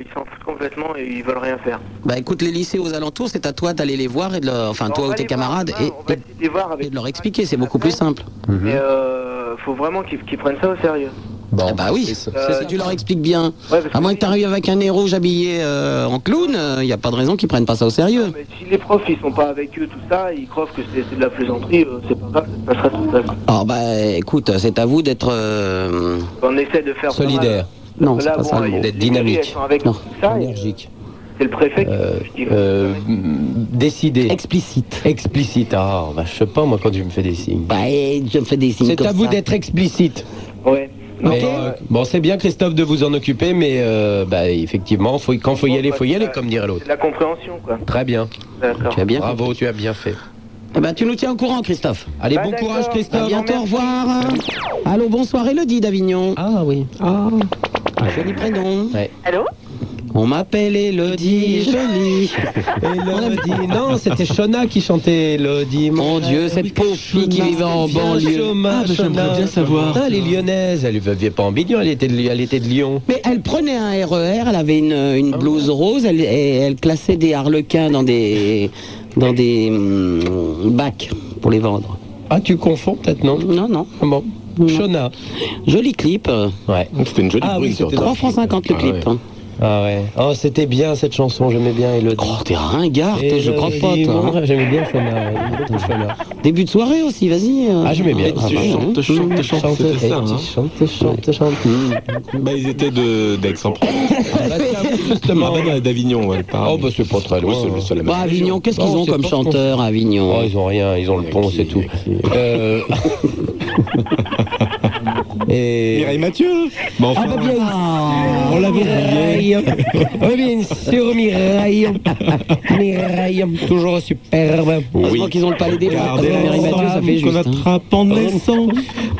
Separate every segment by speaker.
Speaker 1: ils s'en foutent complètement et ils veulent rien faire.
Speaker 2: Bah écoute, les lycées aux alentours, c'est à toi d'aller les voir, et de leur... enfin
Speaker 1: On
Speaker 2: toi
Speaker 1: va
Speaker 2: ou tes
Speaker 1: les voir
Speaker 2: camarades,
Speaker 1: demain,
Speaker 2: et,
Speaker 1: on va
Speaker 2: et-
Speaker 1: essayer de les voir avec-
Speaker 2: et de leur expliquer, c'est beaucoup plus simple.
Speaker 3: Hmm. Mhm.
Speaker 1: Mais euh, faut vraiment qu'ils qu'ils prennent ça au sérieux.
Speaker 2: Ah bah oui,
Speaker 3: c'est ça.
Speaker 1: Euh,
Speaker 2: si tu leur expliques bien.
Speaker 1: Ouais, parce
Speaker 2: À moins que tu arrives avec un nez rouge habillé euh, en clown, il n'y a pas de raison qu'ils prennent pas ça au sérieux.
Speaker 1: Mais si les profs ils sont pas avec eux, tout ça, ils croient que c'est c'est de la plaisanterie, euh, c'est pas grave, ça se passera tout seul.
Speaker 2: Alors bah écoute, c'est à vous d'être... euh,
Speaker 1: On essaie de faire.
Speaker 3: Solidaire,
Speaker 2: Non, c'est
Speaker 1: Là,
Speaker 2: pas
Speaker 1: bon,
Speaker 2: ça le
Speaker 1: il y a
Speaker 2: mot.
Speaker 3: d'être
Speaker 1: des
Speaker 3: Ah, dynamique.
Speaker 1: mairies, elles sont avec
Speaker 2: Non.
Speaker 1: tout ça, et
Speaker 3: énergique,
Speaker 1: c'est le préfet qui.
Speaker 3: euh,
Speaker 1: je dis-
Speaker 3: euh, mm, décidé,
Speaker 2: Explicite.
Speaker 3: explicite. Ah, bah, je sais pas moi quand tu me fais des signes.
Speaker 2: Bah et je me fais des signes
Speaker 3: C'est
Speaker 2: comme
Speaker 3: à vous
Speaker 2: ça.
Speaker 3: d'être explicite.
Speaker 1: Ouais.
Speaker 3: Mais, euh, bon, c'est bien Christophe de vous en occuper, mais euh, bah, effectivement, faut, quand faut y aller, faut y aller, comme dirait
Speaker 1: C'est
Speaker 3: l'autre.
Speaker 1: de la compréhension, quoi.
Speaker 3: Très bien.
Speaker 1: D'accord.
Speaker 2: Tu as bien
Speaker 3: Bravo, tu as bien fait.
Speaker 2: Eh ben, tu nous tiens au courant, Christophe.
Speaker 3: Allez,
Speaker 1: Bah,
Speaker 3: bon
Speaker 1: d'accord.
Speaker 3: courage
Speaker 2: À
Speaker 3: Christophe.
Speaker 2: bientôt, au revoir. Allô, bonsoir, Elodie d'Avignon.
Speaker 3: Ah oui.
Speaker 2: Joli prénom.
Speaker 4: Allô
Speaker 2: On m'appelle Elodie, jolie.
Speaker 3: Elodie. Non, c'était Shona qui chantait Ah Elodie.
Speaker 2: Mon Dieu, cette pauvre fille qui vivait en banlieue.
Speaker 3: Ah, j'aimerais bien savoir. Ah, elle est lyonnaise. Elle vivait pas en Bignon, elle était de, Ly- elle était de Lyon.
Speaker 2: Mais elle prenait un RER, elle avait une, une
Speaker 3: Ah
Speaker 2: blouse rose, elle, et elle classait des harlequins dans des, dans des hum, bacs pour les vendre.
Speaker 3: Ah, tu confonds peut-être, non
Speaker 2: Non, non.
Speaker 3: Bon. Shona.
Speaker 2: Joli clip. euh,
Speaker 3: Ouais.
Speaker 5: C'était une jolie
Speaker 3: Ah
Speaker 5: brune,
Speaker 3: oui, c'était
Speaker 5: surtout.
Speaker 2: 3 francs 50 le
Speaker 5: Ah
Speaker 2: clip.
Speaker 5: ouais.
Speaker 2: hein.
Speaker 3: Ah ouais. Oh, c'était bien cette chanson, j'aimais bien Elodie.
Speaker 2: Oh, t'es ringard, toi, je crois pas,
Speaker 3: Elodie,
Speaker 2: toi. hein.
Speaker 3: mon- J'aimais bien Shona. ouais, j'aimais beaucoup Shona.
Speaker 2: Début de soirée aussi, vas-y. euh.
Speaker 3: Ah, j'aimais bien.
Speaker 2: Ah,
Speaker 5: Tu
Speaker 2: bah,
Speaker 5: chantes,
Speaker 2: ouais.
Speaker 5: chantes, chantes,
Speaker 3: Chante,
Speaker 5: c'était
Speaker 3: eh,
Speaker 5: ça. hein.
Speaker 3: tu chantes, chante, chante.
Speaker 5: Bah, ils étaient de- d'Aix-en-Provence.
Speaker 3: Bah, tiens, Justement.
Speaker 5: Ah, bah, d'Avignon, ouais, pareil.
Speaker 3: Oh, bah, c'est pas très loin,
Speaker 5: Ouais, c'est-
Speaker 3: hein.
Speaker 5: c'est la
Speaker 2: Bon,
Speaker 5: même région.
Speaker 2: Bah, Avignon, qu'est-ce
Speaker 3: Non,
Speaker 2: qu'ils ont
Speaker 3: c'est
Speaker 2: comme
Speaker 3: pas ce qu'on-
Speaker 2: chanteur à Avignon
Speaker 3: Oh, ils ont rien, ils ont le pont, c'est tout. Euh, Et...
Speaker 5: Mireille Mathieu Bah, enfin,
Speaker 3: Ah bah bien, on l'avait oublié. Oui, bien sûr, Mireille. Mireille, toujours superbe.
Speaker 2: Heureusement Ah, qu'ils ont le palais des Louvres, parce que
Speaker 5: Gardez
Speaker 2: Mireille Mathieu, ça fait
Speaker 5: l'ensemble qu'on
Speaker 2: juste. hein.
Speaker 5: attrape en naissant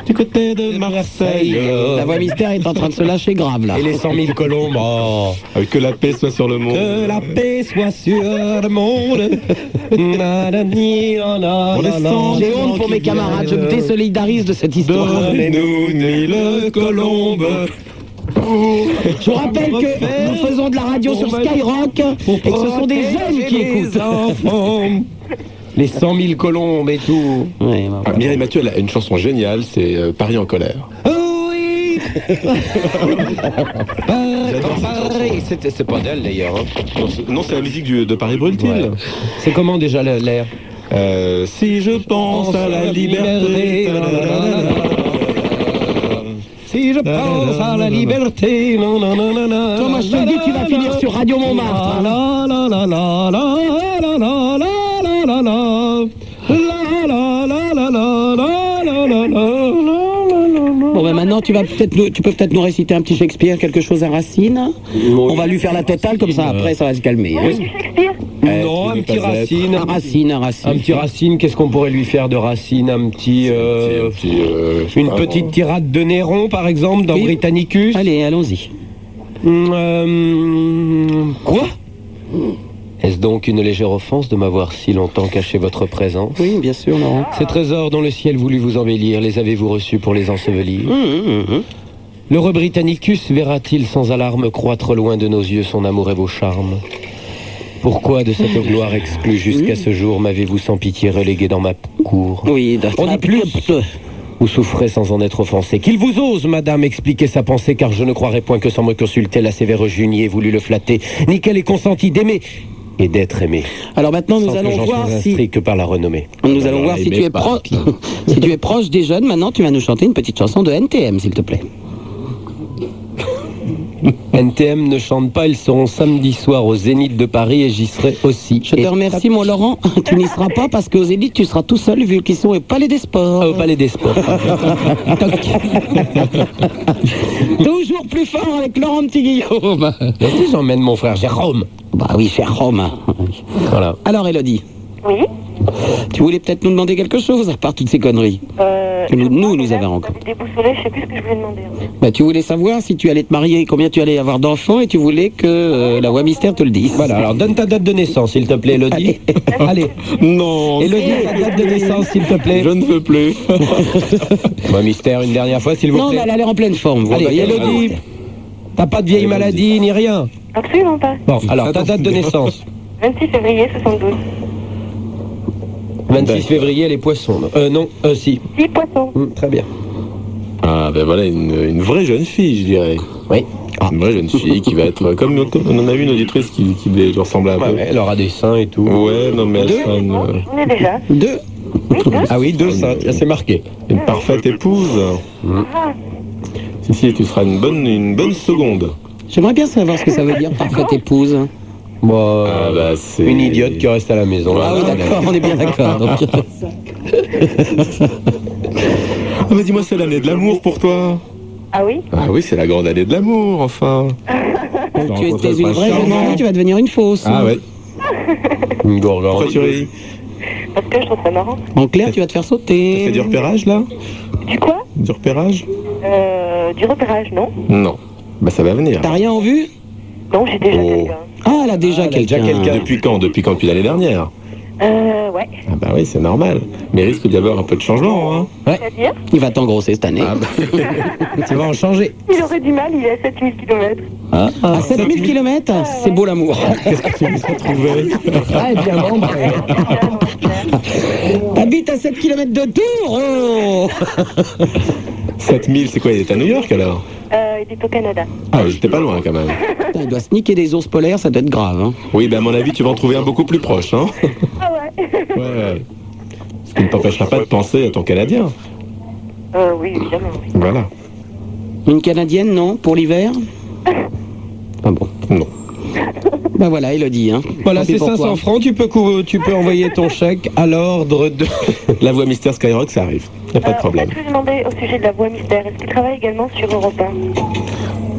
Speaker 5: du côté de Marseille.
Speaker 3: Euh,
Speaker 2: La voix mystère est en train de se lâcher grave là.
Speaker 3: Et les 100 000 colombes. oh.
Speaker 5: Euh, Que la paix soit sur le monde.
Speaker 3: Que la paix soit sur le monde. Na, na, ni, na, na,
Speaker 5: On
Speaker 3: na,
Speaker 5: descend.
Speaker 3: na.
Speaker 2: J'ai honte pour mes camarades, je me désolidarise de cette histoire.
Speaker 5: Donnez-nous ni le colombe.
Speaker 2: Je vous rappelle que nous faisons de la radio sur Skyrock et que ce sont des jeunes qui écoutent.
Speaker 3: écoutent. Les 100 000 colombes et tout.
Speaker 2: Ouais, bah,
Speaker 5: Ah, Mireille Mathieu, elle a une chanson géniale, c'est euh, Paris en colère.
Speaker 3: Oui
Speaker 5: J'adore cette chanson.
Speaker 3: Pareil, c'était- c'est pas d'elle d'ailleurs. hein.
Speaker 5: Non, c'est- Non, c'est la musique du- de Paris brûle
Speaker 3: Ouais. C'est comment déjà la- l'air
Speaker 6: Euh,
Speaker 5: Si je pense à la liberté.
Speaker 3: Si je pense à la liberté, non, non, non, non, non.
Speaker 2: Thomas, je te le dis, tu vas finir sur Radio Montmartre. hein.
Speaker 3: La, la, la, la, la, la, la, la, la, la, la. La, la, la, la, la, la, la, la, la, la, la, la.
Speaker 2: Bon ben maintenant tu vas peut-être nous- tu peux peut-être nous réciter un petit Shakespeare, quelque chose à Racine. On va lui faire la totale comme ça après ça va se calmer. hein.
Speaker 4: Shakespeare
Speaker 3: Non,
Speaker 5: tu
Speaker 3: un
Speaker 5: veux
Speaker 3: petit
Speaker 5: pas être.
Speaker 3: racine.
Speaker 2: Un Racine, un Racine.
Speaker 3: Un petit racine, qu'est-ce qu'on pourrait lui faire de racine Un petit. euh, Une petite tirade de Néron, par exemple, dans
Speaker 2: Oui.
Speaker 3: Britannicus
Speaker 2: Allez, allons-y.
Speaker 3: Hum, euh, Quoi Est-ce donc une légère offense de m'avoir si longtemps caché votre présence
Speaker 2: Oui, bien sûr, Laurent.
Speaker 3: Ces trésors dont le ciel voulut vous embellir, les avez-vous reçus pour les ensevelir
Speaker 2: Hmm.
Speaker 7: Mmh.
Speaker 3: L'heureux Britannicus verra-t-il sans alarme croître loin de nos yeux son amour et vos charmes Pourquoi de cette gloire exclue jusqu'à ce jour m'avez-vous sans pitié relégué dans ma cour
Speaker 2: Hmm. Oui,
Speaker 3: On dit plus. Vous souffrez sans en être offensé. Qu'il vous ose, madame, expliquer sa pensée, car je ne croirais point que sans me consulter, la sévère Junie ait voulu le flatter, ni qu'elle ait consenti d'aimer et d'être aimée.
Speaker 2: Alors maintenant
Speaker 3: sans
Speaker 2: nous
Speaker 3: que
Speaker 2: allons
Speaker 3: j'en
Speaker 2: voir
Speaker 3: sois
Speaker 2: si
Speaker 3: instruit que par la renommée.
Speaker 2: nous allons voir si tu es proche si tu es proche des jeunes. Maintenant tu vas nous chanter une petite chanson de NTM s'il te plaît.
Speaker 3: NTM ne chante pas, ils seront samedi soir au Zénith de Paris et j'y serai aussi.
Speaker 2: Je te remercie mon Laurent, tu n'y seras pas parce qu'aux élites tu seras tout seul vu qu'ils sont au Palais des Sports.
Speaker 3: au Palais des Sports.
Speaker 2: Toujours plus fort avec Laurent Petit
Speaker 3: Oh,
Speaker 2: Guillaume.
Speaker 3: bah. Vas-y, j'emmène mon frère Jérôme.
Speaker 2: Bah oui, cher Rome.
Speaker 3: Voilà.
Speaker 2: Alors Elodie,
Speaker 4: Oui
Speaker 2: tu voulais peut-être nous demander quelque chose à part toutes ces conneries.
Speaker 4: euh,
Speaker 2: Nous-
Speaker 4: je
Speaker 2: nous,
Speaker 4: crois
Speaker 2: nous
Speaker 4: que là,
Speaker 2: avons
Speaker 4: vous
Speaker 2: encore.
Speaker 4: m'avez déboussolé, je sais plus ce que je voulais demander. hein.
Speaker 2: Bah, tu voulais savoir si tu allais te marier et combien tu allais avoir d'enfants et tu voulais que euh, la voix mystère te le dise.
Speaker 3: Voilà, alors donne ta date de naissance, s'il te plaît, Elodie. Allez,
Speaker 5: Non,
Speaker 3: Elodie, ta date de naissance, s'il te plaît.
Speaker 5: je ne veux plus.
Speaker 3: Moi, mystère, une dernière fois, s'il vous
Speaker 2: Non, mais
Speaker 3: plaît.
Speaker 2: elle a l'air en pleine forme. vous
Speaker 3: Allez,
Speaker 2: voyez. Ah,
Speaker 3: Elodie, T'as pas de vieille maladie ni rien.
Speaker 4: Absolument pas.
Speaker 3: Bon, alors ta date de naissance
Speaker 4: 26 février 72.
Speaker 3: 26 février, les poissons. non Euh, non, euh, si.
Speaker 4: 10 poissons.
Speaker 3: Hum, très bien.
Speaker 6: Ah ben voilà, une, une vraie jeune fille, je dirais. Ah.
Speaker 3: Oui.
Speaker 6: Une vraie jeune fille qui va être euh, comme notre- on en a vu une auditrice qui, qui lui ressemblait un
Speaker 3: Ouais,
Speaker 6: peu.
Speaker 3: ouais, elle aura des seins et tout.
Speaker 6: Ouais, non mais elle
Speaker 3: Deux
Speaker 6: sera une, euh,
Speaker 4: On est déjà.
Speaker 3: Deux
Speaker 4: Oui, deux.
Speaker 3: Ah oui, deux seins, tiens, c'est marqué. Mm.
Speaker 6: une parfaite épouse.
Speaker 4: Ah,
Speaker 6: Si si, tu seras une bonne une bonne seconde.
Speaker 2: J'aimerais bien savoir ce que ça veut dire parfaite épouse.
Speaker 3: Bon,
Speaker 6: Ah bah c'est
Speaker 3: une idiote qui reste à la maison.
Speaker 6: Ah oui,
Speaker 2: d'accord, on est bien d'accord. donc.
Speaker 6: Ah bah dis-moi, c'est l'année de l'amour pour toi.
Speaker 4: ah oui
Speaker 6: Ah oui, c'est la grande année de l'amour, enfin.
Speaker 2: tu étais une vraie jeune
Speaker 6: Charmant.
Speaker 2: fille, tu vas devenir une fausse.
Speaker 6: Ah ouais.
Speaker 3: Une gorgone.
Speaker 6: Pourquoi tu ris
Speaker 4: Parce que je trouve ça marrant.
Speaker 2: En clair, tu vas te faire
Speaker 6: T'as
Speaker 2: sauter.
Speaker 6: fait du repérage là
Speaker 4: Du quoi
Speaker 6: Du repérage
Speaker 4: euh, Du repérage, non
Speaker 6: Non. Bah ça va venir.
Speaker 2: T'as rien en vue
Speaker 4: Non, j'ai déjà
Speaker 6: Oh.
Speaker 4: quelqu'un.
Speaker 2: Ah, elle a déjà
Speaker 3: Ah, elle a déjà
Speaker 2: quelqu'un.
Speaker 3: quelqu'un.
Speaker 6: Depuis quand Depuis quand Depuis l'année dernière.
Speaker 4: Euh, ouais.
Speaker 6: Ah bah oui, c'est normal. Mais il risque d'y avoir un peu de changement, hein.
Speaker 4: C'est-à-dire
Speaker 2: Il va t'engrosser cette année.
Speaker 6: Ah bah,
Speaker 3: Tu vas en changer.
Speaker 4: Il aurait du mal, il est à 7000 km.
Speaker 2: À 7000 km, c'est beau l'amour.
Speaker 6: trouvé.
Speaker 3: Ah, et bien, bon, bah,
Speaker 2: T'habites à 7 km de Tours oh
Speaker 6: 7000, c'est quoi Il était à New York alors
Speaker 4: Euh, il est au Canada.
Speaker 6: Ah, j'étais pas loin quand même.
Speaker 2: Putain, Il doit se niquer des ours polaires, ça doit être grave. hein.
Speaker 6: Oui, bah à mon avis, tu vas en trouver un beaucoup plus proche, hein.
Speaker 4: Ah ouais
Speaker 6: Ouais, ouais. Ce qui ne t'empêchera pas de penser à ton Canadien.
Speaker 4: euh, Oui, évidemment. oui.
Speaker 6: Voilà.
Speaker 2: Une Canadienne, non Pour l'hiver Ah bon.
Speaker 6: Non.
Speaker 2: Bah voilà, Elodie. Hein.
Speaker 3: Voilà,
Speaker 2: Tant pis
Speaker 3: c'est
Speaker 2: pour
Speaker 3: 500
Speaker 2: toi.
Speaker 3: francs. Tu peux, cou- tu peux envoyer ton chèque à l'ordre de.
Speaker 6: La voix mystère Skyrock, ça arrive. Y a pas de
Speaker 4: Euh,
Speaker 6: problème.
Speaker 4: On m'a tous demandé au sujet de la voix mystère. Est-ce qu'il travaille également sur Europe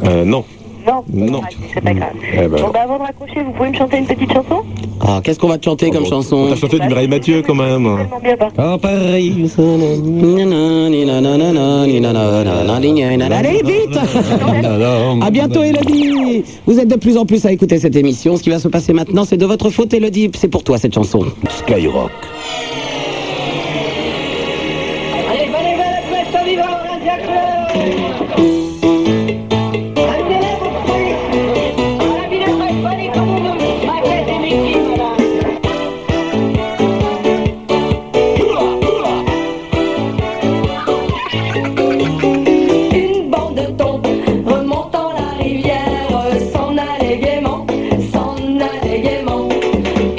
Speaker 4: 1
Speaker 6: Euh, non.
Speaker 4: Non.
Speaker 6: Non.
Speaker 4: Ah, C'est pas grave.
Speaker 6: Eh ben.
Speaker 4: Bon, bah avant de raccrocher, vous pouvez me chanter une petite chanson
Speaker 2: Ah, qu'est-ce qu'on va te chanter comme
Speaker 6: On
Speaker 2: chanson
Speaker 6: t'a chanté du Mireille Mathieu quand même.
Speaker 4: Tellement bien, par
Speaker 3: En Paris.
Speaker 2: Nanana, nanana, nanana, nanana, nanana, Allez, vite À bientôt, Elodie Vous êtes de plus en plus à écouter cette émission. Ce qui va se passer maintenant, c'est de votre faute, Elodie. C'est pour toi, cette chanson.
Speaker 8: Skyrock.
Speaker 9: Une bande de thon remontant la rivière s'en allait gaiement, s'en allait gaiement.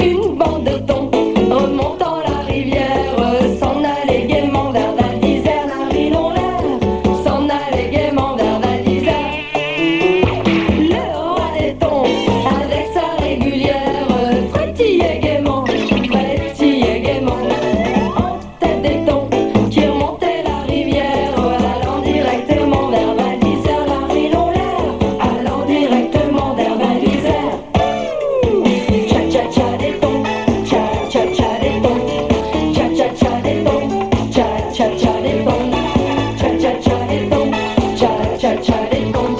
Speaker 9: Une bande de thon remontant la rivière s'en allait gaiement vers Val d'Isère, la rilon s'en allait gaiement vers Val d'Isère. Le roi des thons, avec sa régulière, frétillait gaiement, frétillait gaiement. En tête des thons, qui remontaient la rivière, allant directement vers Val d'Isère, la rilon allant directement vers Val d'Isère. Cha cha cha des tons, cha cha cha des tons, cha cha cha des tons, cha cha cha des tons, cha cha cha des tons, cha cha cha des tons,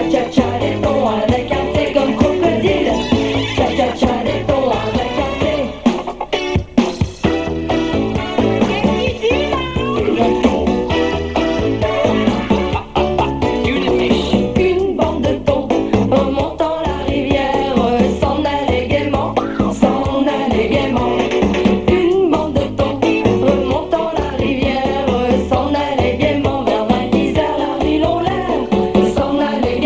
Speaker 9: cha cha cha des tons avec un thé comme crocodile, cha cha cha des tons avec un thé. Une bande de thon remontant la rivière s'en allait gaiement, s'en allait gaiement. Une bande de thon remontant la rivière s'en allait gaiement vers Val d'Isère, la Rilon l'air,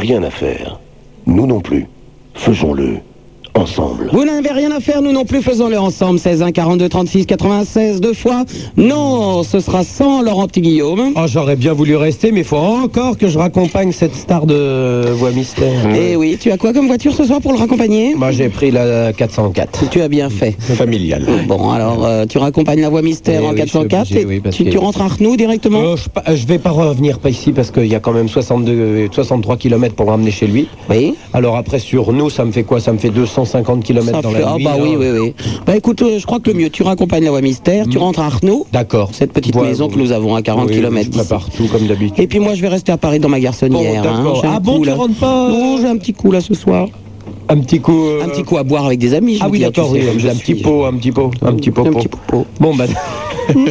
Speaker 8: rien à faire. Nous non plus. Faisons-le. Ensemble.
Speaker 2: Vous n'avez rien à faire, nous non plus, faisons-le ensemble. 16, 1, 42, 36, 96, deux fois. Non, ce sera sans Laurent Petit Guillaume.
Speaker 3: Oh, j'aurais bien voulu rester, mais il faut encore que je raccompagne cette star de Voix Mystère.
Speaker 2: Et Eh oui, tu as quoi comme voiture ce soir pour le raccompagner
Speaker 3: Moi, j'ai pris la 404.
Speaker 2: Tu as bien fait.
Speaker 6: Familial.
Speaker 2: Bon, alors, euh, tu raccompagnes la voie mystère
Speaker 3: Eh
Speaker 2: en
Speaker 3: oui, je suis
Speaker 2: 404
Speaker 3: obligé,
Speaker 2: et
Speaker 3: oui, parce
Speaker 2: tu,
Speaker 3: que-
Speaker 2: tu rentres à Arnoux directement
Speaker 3: Euh, je, pa- je vais pas revenir pas ici parce qu'il y a quand même 62, euh, 63 km pour me ramener chez lui.
Speaker 2: Oui.
Speaker 3: Alors après sur nous, ça me fait quoi Ça me fait 250 km
Speaker 2: Ça
Speaker 3: dans
Speaker 2: fait-
Speaker 3: la
Speaker 2: ah
Speaker 3: nuit. hein.
Speaker 2: bah
Speaker 3: là.
Speaker 2: oui, oui, oui. Bah écoute, euh, je crois que le mieux, tu raccompagnes la voie mystère,
Speaker 3: Hmm.
Speaker 2: tu rentres à Arnaud,
Speaker 3: D'accord.
Speaker 2: cette petite
Speaker 3: Voilà,
Speaker 2: maison
Speaker 3: bon.
Speaker 2: que nous avons à 40
Speaker 3: Oui,
Speaker 2: km
Speaker 3: Je prépare tout comme d'habitude.
Speaker 2: Et puis moi, je vais rester à Paris dans ma garçonnière. hein.
Speaker 3: d'accord.
Speaker 2: J'ai un
Speaker 3: Ah bon,
Speaker 2: coup,
Speaker 3: tu
Speaker 2: là.
Speaker 3: rentres pas, euh,
Speaker 2: Non, j'ai un petit coup là ce soir.
Speaker 3: Un petit coup. euh,
Speaker 2: Un petit coup à boire avec des amis, je
Speaker 3: Ah
Speaker 2: veux
Speaker 3: oui,
Speaker 2: dire, tu
Speaker 3: d'accord.
Speaker 2: sais,
Speaker 3: oui,
Speaker 2: comme je
Speaker 3: un petit
Speaker 2: suis. euh,
Speaker 3: pot, un petit pot, un petit pot.
Speaker 2: Un petit pot.
Speaker 3: Bon bah.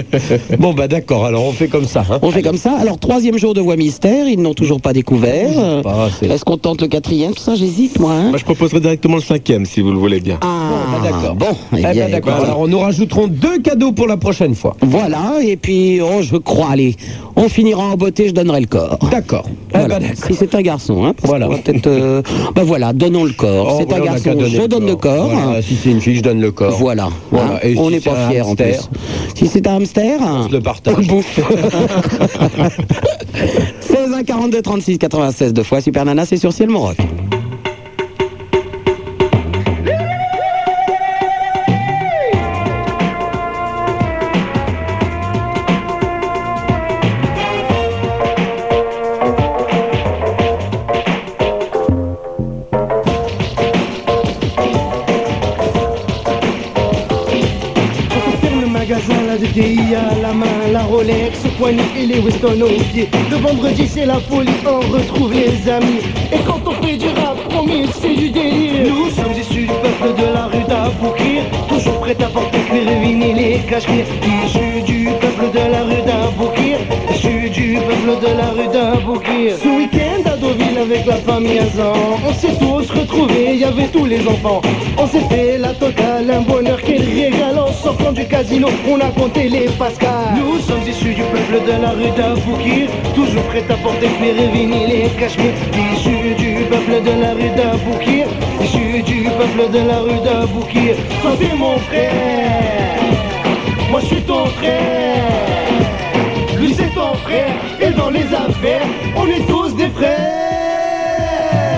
Speaker 3: bon bah d'accord. Alors on fait comme ça. hein.
Speaker 2: On fait comme ça. Alors, troisième jour de voie mystère, ils n'ont toujours pas découvert. Euh,
Speaker 3: pas, c'est-
Speaker 2: Est-ce qu'on tente le quatrième Tout ça, j'hésite, moi. hein.
Speaker 6: Moi, je proposerai directement le cinquième, si vous le voulez bien.
Speaker 2: Ah,
Speaker 3: bah, d'accord.
Speaker 2: Bon, eh
Speaker 3: Eh ben,
Speaker 2: bien,
Speaker 3: d'accord.
Speaker 2: écoute,
Speaker 3: Alors nous rajouterons deux cadeaux pour la prochaine fois.
Speaker 2: Voilà, et puis, oh, je crois, allez, on finira en beauté, je donnerai le corps.
Speaker 3: D'accord. Eh
Speaker 2: Voilà.
Speaker 3: ben, d'accord.
Speaker 2: Si c'est un garçon, hein, parce
Speaker 3: Voilà.
Speaker 2: qu'on va peut-être, euh, ben voilà, donnons le corps.
Speaker 3: Oh,
Speaker 2: c'est un
Speaker 3: voilà, on a qu'à
Speaker 2: garçon,
Speaker 3: donner
Speaker 2: je donne le corps.
Speaker 3: Voilà, si c'est une fille, je donne le corps.
Speaker 2: Voilà.
Speaker 3: Voilà.
Speaker 2: hein.
Speaker 3: Et
Speaker 2: on
Speaker 3: si
Speaker 2: n'est
Speaker 3: c'est
Speaker 2: pas
Speaker 3: un
Speaker 2: fier en plus.
Speaker 3: hamster
Speaker 2: Si c'est un hamster, hein,
Speaker 3: Je le
Speaker 2: on
Speaker 3: partage.
Speaker 2: bouffe. 16 1 42 36 96 deux fois Super Nana, c'est sur Ciel Mon Rock.
Speaker 10: Quand on ferme le magasin, la DTI à la main, la Rolex au poignet et les Weston aux pieds. Le vendredi, c'est la folie, on retrouve les amis. Et quand on fait du rap, promis, c'est du délire. Nous sommes issus du peuple de la rue d'Aboukir, toujours prêt à porter cuir et vinyle et cache-cuir. Issus du peuple de la rue d'Aboukir, issus du peuple de la rue d'Aboukir. Ce week-end à Deauville avec la famille Azan, on s'est tous retrouvés, il y avait tous les enfants. On s'est fait la totale, un bonheur quel régal En sortant du casino, on a compté les pascals Nous sommes issus du peuple de la rue d'Aboukir Toujours prêt à porter cuir et vinyle et cachemire Issus du peuple de la rue d'Aboukir Issus du peuple de la rue d'Aboukir Toi t'es mon frère Moi je suis ton frère Lui c'est ton frère Et dans les affaires, on est tous des frères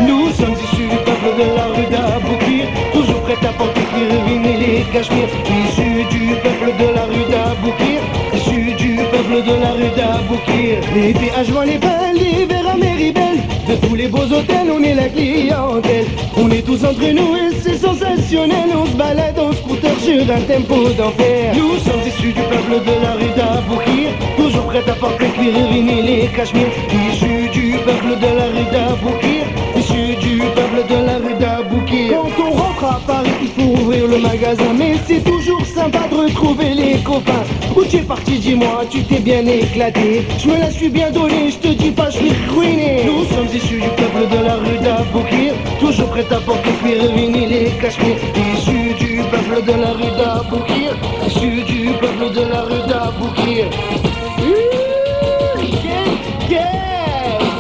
Speaker 10: nous sommes issus du peuple de la rue d'Aboukir Toujours prêts à porter cuir, et les cachemires Issus du peuple de la rue d'Aboukir Issus du peuple de la rue d'Aboukir L'été à joint les belles, l'hiver à Méribel De tous les beaux hôtels, on est la clientèle On est tous entre nous et c'est sensationnel On se balade en scooter sur un tempo d'enfer Nous sommes issus du peuple de la rue d'Aboukir Toujours prêts à porter cuir, et les cachemires Issus du peuple de la rue d'Aboukir Issus du peuple de la rue d'Aboukir Quand on rentre à Paris, il faut ouvrir le magasin Mais c'est toujours sympa de retrouver les copains Où tu es parti, dis-moi, tu t'es bien éclaté Je me la suis bien donnée, je te dis pas, je suis ruiné Nous sommes issus du peuple de la rue d'Aboukir Toujours prêt à porter cuir, vinyle et cachemire Issus du peuple de la rue d'Aboukir Issus du peuple de la rue d'Aboukir Mmh.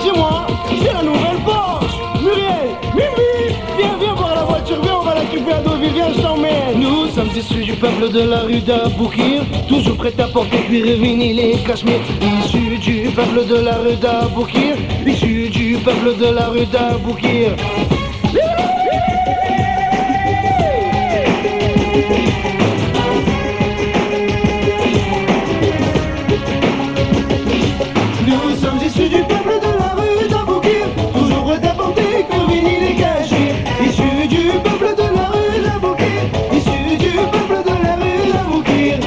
Speaker 10: Dis-moi, c'est la nouvelle Porsche Muriel, Mimi Viens, viens voir la voiture, viens, on va la couper à Deauville, viens, je t'emmène Nous sommes issus du peuple de la rue d'Aboukir Toujours prêt à porter cuir et vinyle et cachemire Issus du peuple de la rue d'Aboukir Issus du peuple de la rue d'Aboukir Nous sommes issus du peuple de la rue d'Aboukir Toujours redapportés que vinyle et cachemire Issus du peuple de la rue d'Aboukir Issus du peuple de la rue d'Aboukir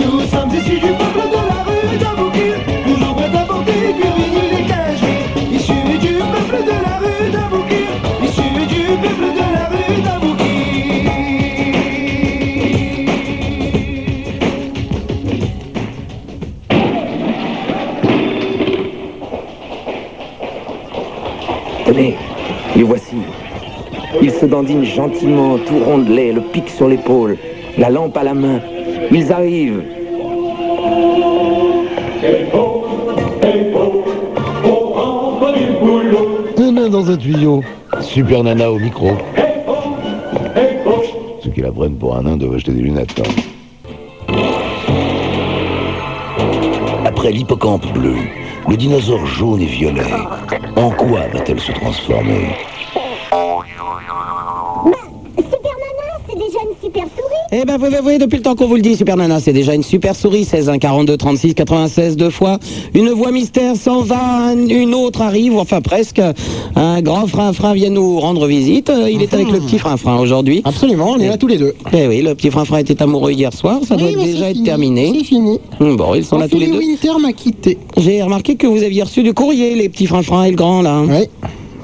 Speaker 10: Nous sommes issus du peuple de la rue d'Aboukir Toujours prêts à porter cuir, vinyle et cachemire Issus du peuple de la rue d'Aboukir Issus du peuple de la rue d'Aboukir
Speaker 8: Tenez, les voici.
Speaker 11: Ils se dandinent gentiment, tout rondelés, le pic sur l'épaule, la lampe à la main. Ils arrivent.
Speaker 7: Deux mains dans un tuyau. Super Nana au micro. Ceux qui la prennent pour un nain doivent acheter des lunettes. hein.
Speaker 8: Après l'hippocampe bleu, le dinosaure jaune et violet, en quoi va-t-elle se transformer
Speaker 12: C'est déjà une super souris.
Speaker 2: Eh ben, vous vous voyez, depuis le temps qu'on vous le dit, Super Nana, c'est déjà une super souris. 16, 1, 42, 36, 96, deux fois. Une voix mystère s'en va, un- une autre arrive, enfin presque. Un grand frein-frein vient nous rendre visite. Euh, Il est avec le petit frein-frein aujourd'hui. Absolument, on est là tous les deux. Eh oui, le petit frein-frein était amoureux hier soir, ça doit déjà être terminé. C'est fini. Oh, Bon, ils sont là tous les deux.
Speaker 13: Winter m'a quitté.
Speaker 2: J'ai remarqué que vous aviez reçu du courrier, les petits freins et le grand, là. Oui.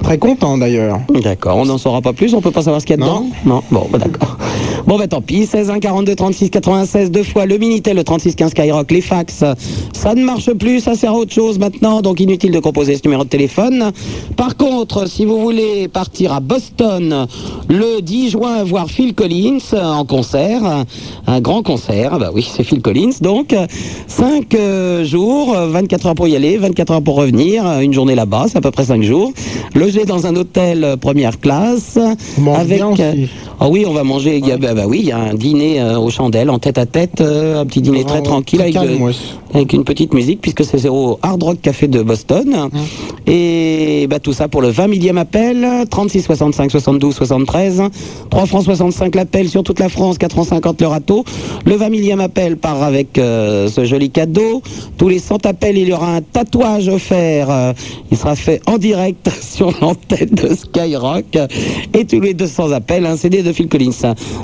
Speaker 2: Très content d'ailleurs. D'accord, on n'en saura pas plus, on peut pas savoir ce qu'il y a dedans Non. Bon, bah, d'accord. Bon, bah tant pis, 16 1 42 36 96, deux fois le Minitel, le 36 15 Skyrock, les fax, ça ne marche plus, ça sert à autre chose maintenant, donc inutile de composer ce numéro de téléphone. Par contre, si vous voulez partir à Boston le 10 juin voir Phil Collins euh, en concert, un- un grand concert, ah bah oui, c'est Phil Collins, donc 5 jours, euh, 24 heures pour y aller, 24 heures pour revenir, euh, une journée là-bas, c'est à peu près 5 jours, logé dans un hôtel euh, première classe, avec... euh, ah oui, on va manger, il y a- bah, bah oui, il y a un dîner euh, aux chandelles, en tête à tête, euh, un petit dîner très tranquille avec,
Speaker 13: calme,
Speaker 2: de-
Speaker 13: ouais.
Speaker 2: avec une petite musique, puisque c'est au Hard Rock Café de Boston. Et bah, tout ça pour le 20 millième appel, 36, 65, 72, 73, 3 francs 65 l'appel sur toute la France, 4 francs 50 le râteau. Le 20 millième appel part avec euh, ce joli cadeau. Tous les 100 appels, il y aura un tatouage offert. Euh, il sera fait en direct sur l'antenne de Skyrock. Et tous les 200 appels, un CD de Phil Collins.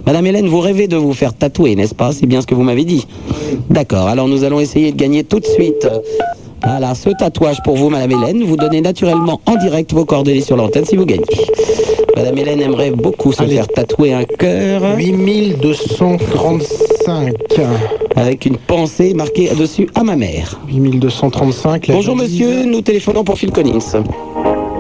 Speaker 2: Madame Hélène, vous rêvez de vous faire tatouer, n'est-ce pas C'est bien ce que vous m'avez dit. D'accord, alors nous allons essayer de gagner tout de suite. Voilà, ce tatouage pour vous, Madame Hélène. Vous donnez naturellement en direct vos coordonnées sur l'antenne si vous gagnez. Madame Hélène aimerait beaucoup se faire tatouer un cœur. 8235. Avec une pensée marquée dessus à ma mère. 8235. Bonjour monsieur, nous téléphonons pour Phil Collins.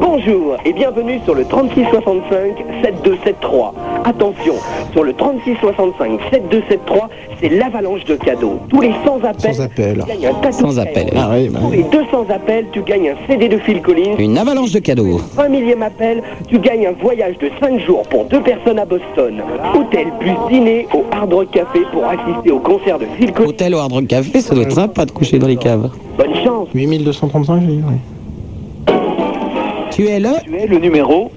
Speaker 14: Bonjour et bienvenue sur le 3665 7273. Attention, sur le 3665 7273, c'est l'avalanche de cadeaux. Tous les 100 appels,
Speaker 2: Sans appel.
Speaker 14: tu gagnes un tas de
Speaker 2: Sans
Speaker 14: cadeaux.
Speaker 2: appel. Ah oui, bah oui.
Speaker 14: Tous les 200 appels, tu gagnes un CD de Phil Collins.
Speaker 2: Une avalanche de cadeaux.
Speaker 14: 20 millième appel, tu gagnes un voyage de 5 jours pour deux personnes à Boston. Hôtel plus dîner au Hard Rock Café pour assister au concert de Phil Collins.
Speaker 2: Hôtel au Hard Rock Café, ça doit être sympa de coucher dans les caves.
Speaker 14: Bonne chance.
Speaker 13: 8235, j'ai dit, oui.
Speaker 2: Tu es le
Speaker 14: Tu es le numéro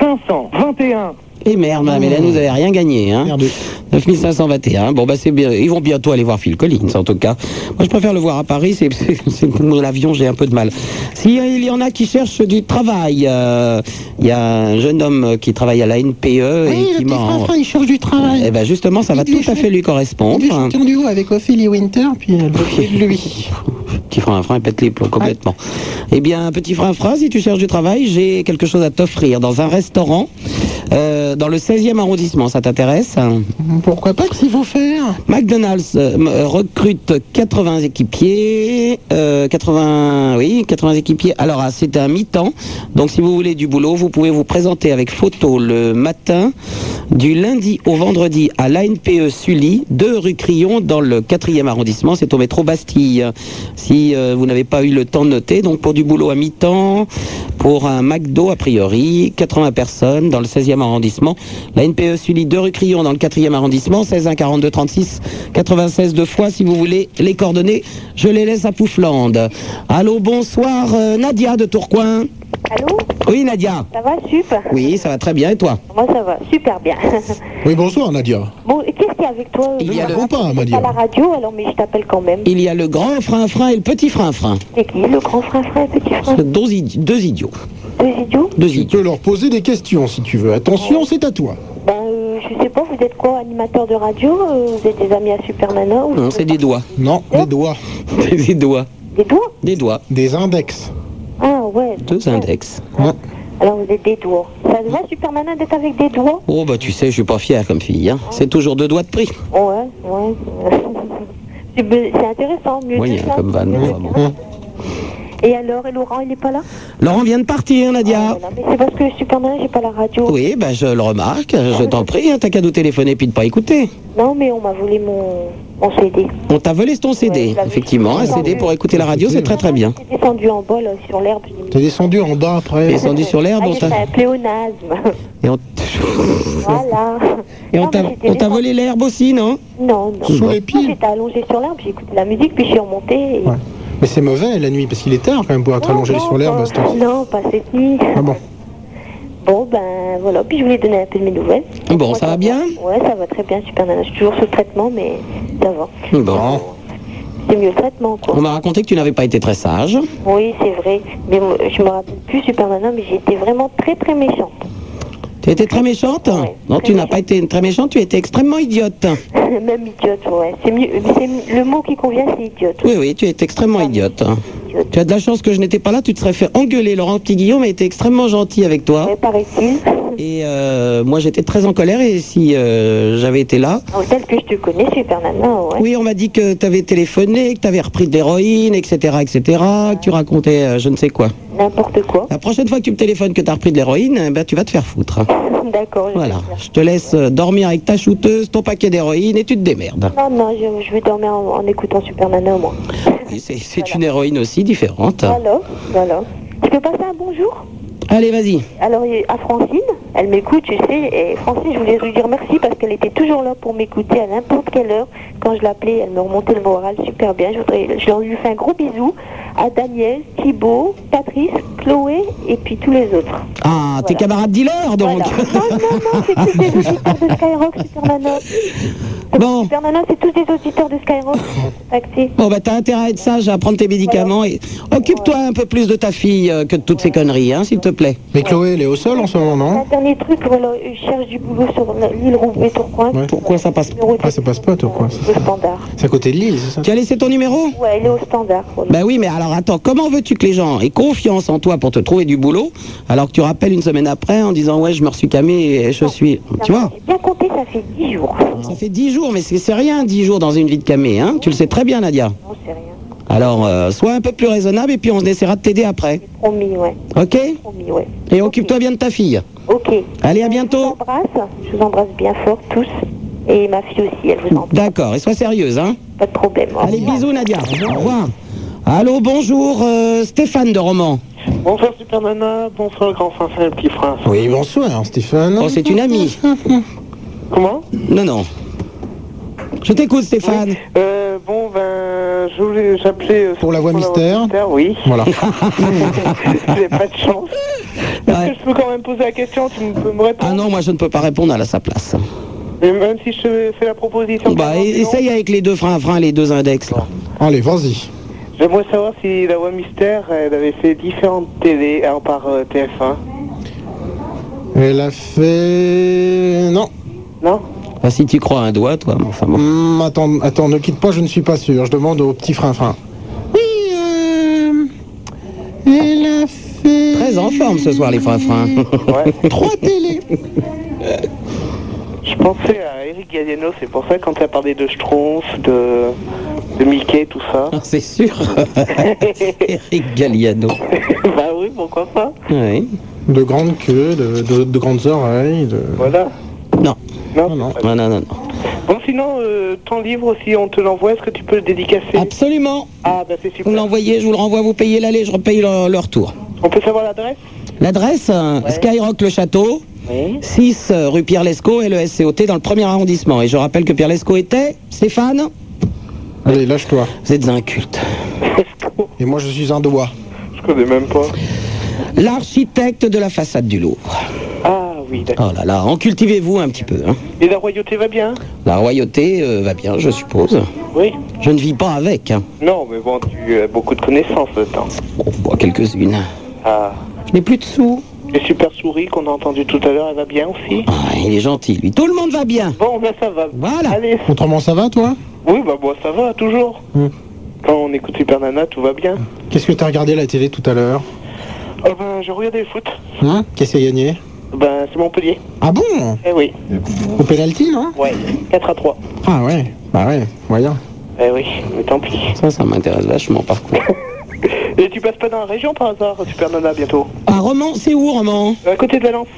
Speaker 14: 9521.
Speaker 2: Et merde, madame
Speaker 13: Oh.
Speaker 2: Hélène, vous avez rien gagné. Hein 9521. Bon, bah c'est bien. Ils vont bientôt aller voir Phil Collins, en tout cas. Moi, je préfère le voir à Paris. C'est c'est- c'est pour l'avion, j'ai un peu de mal. S'il il y en a qui cherchent du travail, euh, il y a un jeune homme qui travaille à la NPE et qui m'en...
Speaker 13: Enfin, il cherche du travail.
Speaker 2: Eh ben justement, ça va tout à fait lui correspondre.
Speaker 13: J'ai un duo avec Ophélie Winter, puis elle veut plus de lui.
Speaker 2: Petit frein, frein, pète les plombs complètement. Eh bien, petit frein, frein, si tu cherches du travail, j'ai quelque chose à t'offrir dans un restaurant, euh, dans le 16e arrondissement. Ça t'intéresse Pourquoi pas, s'il faut faire McDonald's euh, m- euh, recrute 80 équipiers. euh, 80, oui, 80 équipiers. Alors, ah, c'est un mi-temps. Donc, si vous voulez du boulot, vous pouvez vous présenter avec photo le matin du lundi au vendredi à l'ANPE E Sully, 2 rue Crillon, dans le 4e arrondissement. C'est au métro Bastille. Si euh, vous n'avez pas eu le temps de noter, donc pour du boulot à mi-temps, pour un McDo a priori, 80 personnes dans le 16e arrondissement. La NPE Sully, 2 rue Crillon, dans le 4e arrondissement, 16 1 42 36 96 deux fois. Si vous voulez les coordonnées, je les laisse à Pouflande. Allô, bonsoir, euh, Nadia de Tourcoing.
Speaker 12: Allô
Speaker 2: Oui, Nadia.
Speaker 12: Ça va, super
Speaker 2: Oui, ça va très bien, et toi
Speaker 12: Moi, ça va, super bien.
Speaker 2: Oui, bonsoir, Nadia.
Speaker 12: bon, et qu'est-ce qu'il y a avec toi
Speaker 2: Il y a
Speaker 12: T'es
Speaker 2: le- Copain, on va dire.
Speaker 12: à la radio, alors, mais je t'appelle quand même.
Speaker 2: Il y a le grand frein-frein et le petit frein-frein.
Speaker 12: C'est qui, le grand frère frère, petit frère
Speaker 2: Deux, idi- deux idiots.
Speaker 12: Deux idiots
Speaker 2: Tu
Speaker 13: peux leur poser des questions si tu veux. Attention, c'est à toi.
Speaker 12: Ben, euh, je sais pas, vous êtes quoi, animateur de radio euh, Vous êtes des amis à Super Nana ou...
Speaker 2: Non, Hein, c'est des doigts.
Speaker 13: Non, des doigts.
Speaker 2: des doigts.
Speaker 12: Des doigts
Speaker 2: Des doigts.
Speaker 13: Des index.
Speaker 12: Ah, ouais.
Speaker 2: Deux index.
Speaker 12: Alors, vous êtes des doigts. Ça se va, Super Nana, d'être avec des doigts
Speaker 2: Oh bah tu sais, je suis pas fier comme fille. hein. C'est toujours deux doigts de prix.
Speaker 12: Ouais, ouais. C'est be- c'est intéressant, mieux
Speaker 2: Moyen
Speaker 12: que ça.
Speaker 2: comme vanne.
Speaker 12: mieux
Speaker 2: mais
Speaker 12: que
Speaker 2: enfin
Speaker 12: ça.
Speaker 2: bon.
Speaker 12: Et alors, et Laurent, il n'est pas là
Speaker 2: Laurent vient de partir, Nadia.
Speaker 12: Oh, Non, mais c'est parce que Superman, j'ai pas la radio.
Speaker 2: Oui, ben je le remarque, je t'en prie, hein, t'as qu'à nous téléphoner puis de pas écouter.
Speaker 12: Non, mais on m'a volé mon, mon CD.
Speaker 2: On t'a volé ton CD, effectivement, un CD pour écouter la radio, c'est très très bien.
Speaker 12: J'ai descendu en bas, là, sur l'herbe. j'ai mis-
Speaker 7: T'es descendu en bas après.
Speaker 2: Descendu sur l'herbe,
Speaker 12: Ah,
Speaker 2: on
Speaker 12: j'ai
Speaker 2: t'a-
Speaker 12: fait un pléonasme.
Speaker 2: Et on,
Speaker 12: voilà.
Speaker 2: et on t'a- on t'a volé l'herbe aussi, non
Speaker 12: Non, non.
Speaker 7: Sous les
Speaker 12: Moi, J'étais allongée sur l'herbe, j'ai écouté la musique, puis je suis remontée. et-
Speaker 7: Mais c'est mauvais la nuit parce qu'il est tard quand même pour être allongé sur l'herbe à ce temps-ci.
Speaker 12: Non, pas cette nuit.
Speaker 7: Ah bon
Speaker 12: Bon, ben voilà, puis je voulais donner un peu de mes nouvelles.
Speaker 2: Bon, ça va bien
Speaker 12: Ouais, ça va très bien, super nana. Je suis toujours sous traitement, mais ça va.
Speaker 2: Bon.
Speaker 12: C'est mieux le traitement, quoi.
Speaker 2: On m'a raconté que tu n'avais pas été très sage.
Speaker 12: Oui, c'est vrai. Mais moi, je me rappelle plus super nana, mais j'étais vraiment très très méchante.
Speaker 2: Tu étais très méchante Non, tu n'as pas été très méchante, tu étais extrêmement idiote.
Speaker 12: Même idiote, ouais. C'est mieux. c'est mieux- Le mot qui convient, c'est idiote.
Speaker 2: Oui, oui, tu es extrêmement idiote. Tu as de la chance que je n'étais pas là, tu te serais fait engueuler. Laurent Petit Guillaume a été extrêmement gentil avec toi. Et euh, moi, j'étais très en colère et si euh, j'avais été là.
Speaker 12: Ah, Tel que je te connais, super nana, ouais.
Speaker 2: Oui, on m'a dit que tu avais téléphoné, que tu avais repris de l'héroïne, etc., etc., que tu racontais euh, je ne sais quoi.
Speaker 12: N'importe quoi.
Speaker 2: La prochaine fois que tu me téléphones que tu as repris de l'héroïne, eh ben, tu vas te faire foutre.
Speaker 12: D'accord. je-
Speaker 2: Voilà, je te laisse euh, dormir avec ta shooteuse, ton paquet d'héroïne et tu te démerdes.
Speaker 12: Non, non, je, je vais dormir en, en écoutant super nana, moi.
Speaker 2: Oui, C'est c'est une héroïne aussi différente.
Speaker 12: Voilà, voilà. Tu peux passer un bonjour
Speaker 2: Allez, vas-y.
Speaker 12: Alors, il y a- à Francine, elle m'écoute, tu sais, et Francine, je voulais lui dire merci parce qu'elle était toujours là pour m'écouter à n'importe quelle heure. Quand je l'appelais, elle me remontait le moral super bien. Je, voudrais, je lui fais un gros bisou à Daniel, Thibaut, Patrice, Chloé et puis tous les autres.
Speaker 2: Ah, tes camarades dealers, donc
Speaker 12: de Skyrock, Supernana.
Speaker 2: Bon.
Speaker 12: Supernana, c'est tous des auditeurs de Skyrock. Taxi.
Speaker 2: Bon, bah, t'as intérêt à être sage, à prendre tes médicaments et occupe-toi un peu plus de ta fille euh, que de toutes ces conneries, hein, s'il te plaît.
Speaker 7: Mais Chloé, elle est au sol en ce moment, non
Speaker 12: Un dernier truc, voilà, je cherche du boulot sur la- l'île Roubaix-Tourcoing.
Speaker 2: Pourquoi ça passe
Speaker 12: pas
Speaker 7: Ah, ça passe pas, toi, quoi.
Speaker 12: Le standard.
Speaker 7: C'est à côté de l'île, c'est ça
Speaker 2: Tu as laissé ton numéro
Speaker 12: Ouais, il est au standard. voilà.
Speaker 2: Ben oui, mais alors attends, comment veux-tu que les gens aient confiance en toi pour te trouver du boulot alors que tu rappelles une semaine après en disant ouais, je me suis camé et je suis. Tu vois
Speaker 12: Bien compté, ça fait 10 jours.
Speaker 2: Ça fait 10 jours, mais c'est c'est rien 10 jours dans une vie de camé, hein Tu le sais très bien, Nadia.
Speaker 12: Non, c'est rien.
Speaker 2: Alors, euh, sois un peu plus raisonnable et puis on essaiera de t'aider après.
Speaker 12: Promis, ouais.
Speaker 2: Ok
Speaker 12: Promis, ouais.
Speaker 2: Et occupe-toi bien de ta fille.
Speaker 12: Ok.
Speaker 2: Allez, à
Speaker 12: Je
Speaker 2: bientôt.
Speaker 12: vous embrasse. Je vous embrasse bien fort, tous. Et ma fille aussi, elle vous embrasse.
Speaker 2: D'accord, et sois sérieuse, hein
Speaker 12: Pas de problème.
Speaker 2: Allez, bisous, Nadia. Au revoir. Allô, bonjour, euh, Stéphane de Roman.
Speaker 15: Bonsoir Super Nana, bonsoir Grand Français et Petit Prince.
Speaker 7: Oui, bonsoir, Stéphane.
Speaker 2: Oh, c'est une amie.
Speaker 15: Comment
Speaker 2: Non, non. Je t'écoute, Stéphane.
Speaker 15: Euh, bon, ben, je voulais, j'appelais... euh,
Speaker 7: Pour la voix mystère.
Speaker 15: oui.
Speaker 7: Voilà.
Speaker 15: J'ai pas de chance. Est-ce que je peux quand même poser la question Tu me- peux me répondre
Speaker 2: Ah non, moi je ne peux pas répondre à la sa place.
Speaker 15: Et Même si je fais la proposition.
Speaker 2: Bah,
Speaker 15: pardon,
Speaker 2: e-
Speaker 15: sinon,
Speaker 2: essaye avec les deux freins à frein, les deux index. Là.
Speaker 7: Allez, vas-y.
Speaker 15: J'aimerais savoir si la voix mystère, elle avait fait différentes télés, alors par euh, TF1.
Speaker 7: Elle a fait. Non.
Speaker 15: Non
Speaker 2: Ah, si tu crois un doigt, toi, mais enfin bon.
Speaker 7: Hmm, attends, attends, ne quitte pas, je ne suis pas sûr. Je demande au petit frein-frein.
Speaker 13: Oui, euh, elle a fait.
Speaker 2: Très en forme ce soir, les freins à frein.
Speaker 13: Trois télé.
Speaker 15: Euh. Je pensais à Eric Galliano, c'est pour ça quand tu as parlé de Schtroumpf, de, de Mickey, tout ça.
Speaker 2: Ah, C'est sûr Eric Galliano.
Speaker 15: bah oui, pourquoi pas
Speaker 2: Oui.
Speaker 7: De grandes queues, de, de- de grandes oreilles. De...
Speaker 15: Voilà.
Speaker 2: Non.
Speaker 15: Non,
Speaker 7: non.
Speaker 2: Non, non, non.
Speaker 15: Bon, sinon, euh, ton livre, si on te l'envoie, est-ce que tu peux le dédicacer
Speaker 2: Absolument
Speaker 15: Ah, bah c'est
Speaker 2: Vous
Speaker 15: super.
Speaker 2: me l'envoyez, je vous le renvoie, vous payez l'aller, je repaye le, le retour.
Speaker 15: On peut savoir l'adresse
Speaker 2: L'adresse, euh, Skyrock le Château, 6 euh, rue Pierre Lescaut et le SCOT dans le premier arrondissement. Et je rappelle que Pierre Lescaut était Stéphane
Speaker 7: Allez, lâche-toi.
Speaker 2: Vous êtes inculte.
Speaker 7: Et moi, je suis un doigt.
Speaker 15: Je connais même pas.
Speaker 2: L'architecte de la façade du Louvre.
Speaker 15: Ah oui, d'accord.
Speaker 2: Oh là là, en cultivez-vous un petit peu. hein.
Speaker 15: Et la royauté va bien
Speaker 2: La royauté euh, va bien, je suppose.
Speaker 15: Oui.
Speaker 2: Je ne vis pas avec. hein.
Speaker 15: Non, mais bon, tu as beaucoup de connaissances dedans.
Speaker 2: Bon, quelques-unes.
Speaker 15: Ah.
Speaker 2: Je n'ai plus de sous.
Speaker 15: Les super souris qu'on a entendu tout à l'heure, elle va bien aussi
Speaker 2: Ah, il est gentil, lui. Tout le monde va bien.
Speaker 15: Bon, ben ça va.
Speaker 2: Voilà.
Speaker 15: Allez.
Speaker 7: Autrement, ça va, toi
Speaker 15: Oui, bah bon, ça va, toujours.
Speaker 7: Hmm.
Speaker 15: Quand on écoute Super Nana, tout va bien.
Speaker 7: Qu'est-ce que t'as regardé à la télé tout à l'heure
Speaker 15: Oh, ben, je regardais le foot.
Speaker 7: Hein Qu'est-ce qui a gagné
Speaker 15: Ben, c'est Montpellier.
Speaker 7: Ah bon
Speaker 15: Eh oui.
Speaker 7: Au pénalty, non
Speaker 15: Ouais, 4 à 3.
Speaker 7: Ah ouais, bah ouais, moyen.
Speaker 15: Eh oui, mais tant pis.
Speaker 2: Ça, ça m'intéresse vachement, par contre.
Speaker 15: Et tu passes pas dans la région par hasard, Super Nana, bientôt
Speaker 2: À Ah, Romans, c'est où Romans
Speaker 15: À côté de Valence